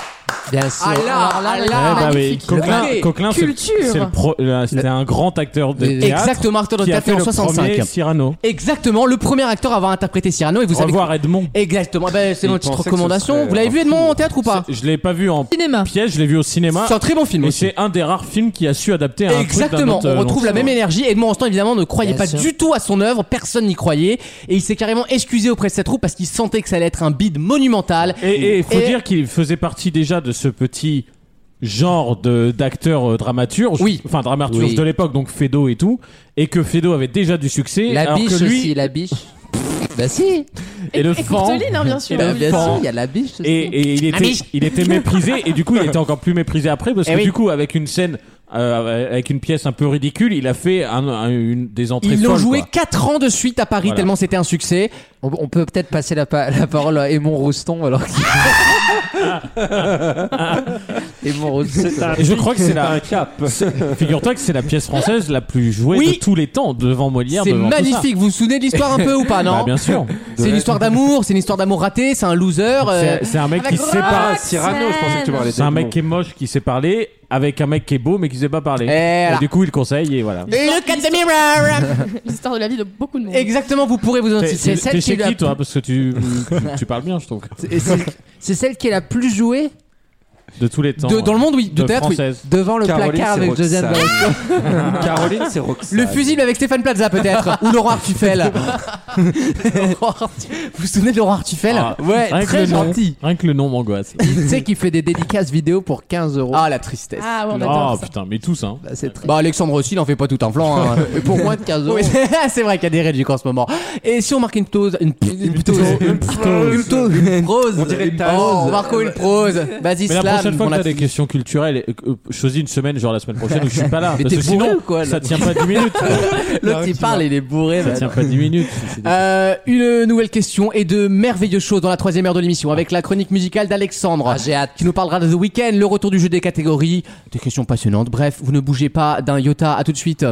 Speaker 5: Bien sûr.
Speaker 2: Ah là,
Speaker 5: Alors
Speaker 2: ah là.
Speaker 3: Eh bah oui,
Speaker 7: magnifique.
Speaker 3: Coquelin,
Speaker 2: Le-
Speaker 3: Coquelin, c'est-
Speaker 7: Culture.
Speaker 3: c'est le pro- euh, c'était un grand acteur de théâtre
Speaker 2: Exactement, acteur de
Speaker 3: qui a
Speaker 2: théâtre
Speaker 3: fait
Speaker 2: en
Speaker 3: le
Speaker 2: 65.
Speaker 3: premier Cyrano.
Speaker 2: Exactement, le premier acteur à avoir interprété Cyrano et vous savez.
Speaker 3: Revoir Edmond.
Speaker 2: Exactement, bah, c'est
Speaker 4: Il
Speaker 2: notre petite
Speaker 4: pensait que ce
Speaker 2: recommandation.
Speaker 4: serait
Speaker 2: Vous l'avez
Speaker 4: un
Speaker 2: vu Edmond en théâtre ou pas
Speaker 3: C'est- Je l'ai pas vu en
Speaker 7: Cinéma.
Speaker 3: pièce, je l'ai vu au cinéma.
Speaker 2: C'est un très bon film
Speaker 3: Et
Speaker 2: aussi.
Speaker 3: c'est un des rares films qui a su adapter à un truc d'un
Speaker 2: Exactement,
Speaker 3: autre, euh,
Speaker 2: on retrouve la
Speaker 3: lanceur.
Speaker 2: même énergie. Edmond Rostand, évidemment, ne croyait
Speaker 5: Bien
Speaker 2: pas
Speaker 5: sûr.
Speaker 2: du tout à son œuvre, personne n'y croyait. Et il s'est carrément excusé auprès de cette troupe parce qu'il sentait que ça allait être un bide monumental.
Speaker 3: Et il faut
Speaker 2: Et-
Speaker 3: dire qu'il faisait partie déjà de ce petit genre de d'acteur euh, dramaturge,
Speaker 2: Oui.
Speaker 3: enfin dramaturge
Speaker 5: Oui.
Speaker 3: de l'époque, donc Fedo et tout, et que Fedo avait déjà du succès,
Speaker 5: La
Speaker 3: alors
Speaker 5: biche
Speaker 3: que lui
Speaker 5: aussi, la biche. bah si. Bah,
Speaker 3: et le
Speaker 7: Et
Speaker 3: fan
Speaker 7: Courteline, hein, bien sûr.
Speaker 3: Et le
Speaker 5: bien
Speaker 3: pan.
Speaker 5: sûr, il y a la biche aussi.
Speaker 3: et, et il était
Speaker 2: biche.
Speaker 3: il était méprisé et du coup il était encore plus méprisé après parce
Speaker 2: Eh
Speaker 3: que
Speaker 2: oui.
Speaker 3: du coup avec une scène euh, avec une pièce un peu ridicule, il a fait un- un- une des entrées
Speaker 2: Ils l'ont
Speaker 3: folles,
Speaker 2: joué
Speaker 3: quoi.
Speaker 2: 4 ans de suite à Paris
Speaker 3: Voilà.
Speaker 2: tellement c'était un succès.
Speaker 5: On, on peut peut-être passer la, pa- la parole à Aimon Rouston alors qu'il... Aimon Rouston.
Speaker 3: Et je crois que c'est la *laughs* Figure-toi que c'est la pièce française la plus jouée
Speaker 2: Oui.
Speaker 3: de tous les temps devant Molière
Speaker 2: C'est
Speaker 3: devant tout ça.
Speaker 2: magnifique. Vous vous souvenez de l'histoire un peu ou pas, non
Speaker 3: Bah, bien sûr.
Speaker 2: *laughs* C'est une histoire d'amour, c'est une histoire d'amour raté, c'est un loser. euh,
Speaker 3: C'est- C'est un mec qui
Speaker 7: Avec
Speaker 3: sait pas.
Speaker 4: Ah, Cyrano, je pensais que tu parlais
Speaker 3: C'est un mec
Speaker 4: d'Edmond.
Speaker 3: qui est moche qui sait parler avec un mec qui est beau mais qui sait pas parler.
Speaker 2: Et là.
Speaker 3: du coup, il conseille et voilà.
Speaker 2: Look at the mirror.
Speaker 10: L'histoire de la vie de beaucoup de monde.
Speaker 2: Exactement, vous pourrez vous
Speaker 3: T'es
Speaker 2: identifier.
Speaker 3: t'es-
Speaker 5: celle
Speaker 3: t'es
Speaker 5: qui
Speaker 3: chez
Speaker 5: lui a-
Speaker 3: qui toi Parce
Speaker 2: *laughs*
Speaker 3: que tu, tu parles bien, je trouve.
Speaker 5: Et c'est-
Speaker 3: *laughs*
Speaker 5: C'est celle qui est la plus jouée
Speaker 3: De tous les temps.
Speaker 2: De- dans le monde, oui. De,
Speaker 3: de
Speaker 2: théâtre, oui.
Speaker 3: française.
Speaker 5: devant le
Speaker 4: Caroline,
Speaker 5: placard
Speaker 4: c'est
Speaker 5: avec Josiane
Speaker 4: Roxane.
Speaker 5: Balasco.
Speaker 4: *laughs* Caroline, c'est Roxane.
Speaker 2: Le fusible avec Stéphane Plaza peut-être ou Laurent Artufel. vous vous souvenez de Laurent Artufel
Speaker 3: Ah,
Speaker 5: Ouais,
Speaker 3: rien que
Speaker 5: très
Speaker 3: le nom-
Speaker 5: gentil.
Speaker 3: Rien que le
Speaker 2: *laughs*
Speaker 3: nom m'angoisse.
Speaker 5: Tu sais qu'il fait des dédicaces vidéo pour 15 euros.
Speaker 2: Ah la tristesse.
Speaker 10: Ah ouais, on adore
Speaker 3: Oh
Speaker 10: ça.
Speaker 3: putain, mais tous hein.
Speaker 5: Bah, c'est très...
Speaker 2: Bah Alexandre aussi, il en fait pas tout un flanc.
Speaker 3: *laughs*
Speaker 2: hein.
Speaker 5: Mais pour moins de 15 euros.
Speaker 2: Oui, *laughs* c'est vrai qu'il y a des réductions en ce moment. Et si on marque une pause, une pause, une pause, une pause, une prose,
Speaker 4: On dirait
Speaker 2: une
Speaker 4: Taz.
Speaker 2: pause. Marco une prose, vas-y
Speaker 3: Mais la
Speaker 2: slam,
Speaker 3: prochaine fois
Speaker 2: mon
Speaker 3: que t'as
Speaker 2: latin.
Speaker 3: des questions culturelles, euh, euh, choisis une semaine, genre la semaine prochaine où je suis
Speaker 2: *laughs*
Speaker 3: pas là.
Speaker 5: Mais
Speaker 3: parce
Speaker 5: t'es
Speaker 3: que
Speaker 5: bourré
Speaker 3: sinon,
Speaker 5: ou quoi, là
Speaker 3: ça tient pas 10 minutes. Ah
Speaker 5: L'autre il parle, il est bourré.
Speaker 3: ça
Speaker 5: bah.
Speaker 3: tient pas 10 minutes. C'est-
Speaker 2: Euh, une nouvelle question et de merveilleuses choses dans la troisième heure de l'émission avec la chronique musicale d'Alexandre.
Speaker 3: Ah,
Speaker 5: j'ai hâte.
Speaker 2: qui nous parlera de The Weeknd, le retour du jeu des catégories, des questions passionnantes. Bref, vous ne bougez pas d'un iota. À tout de suite.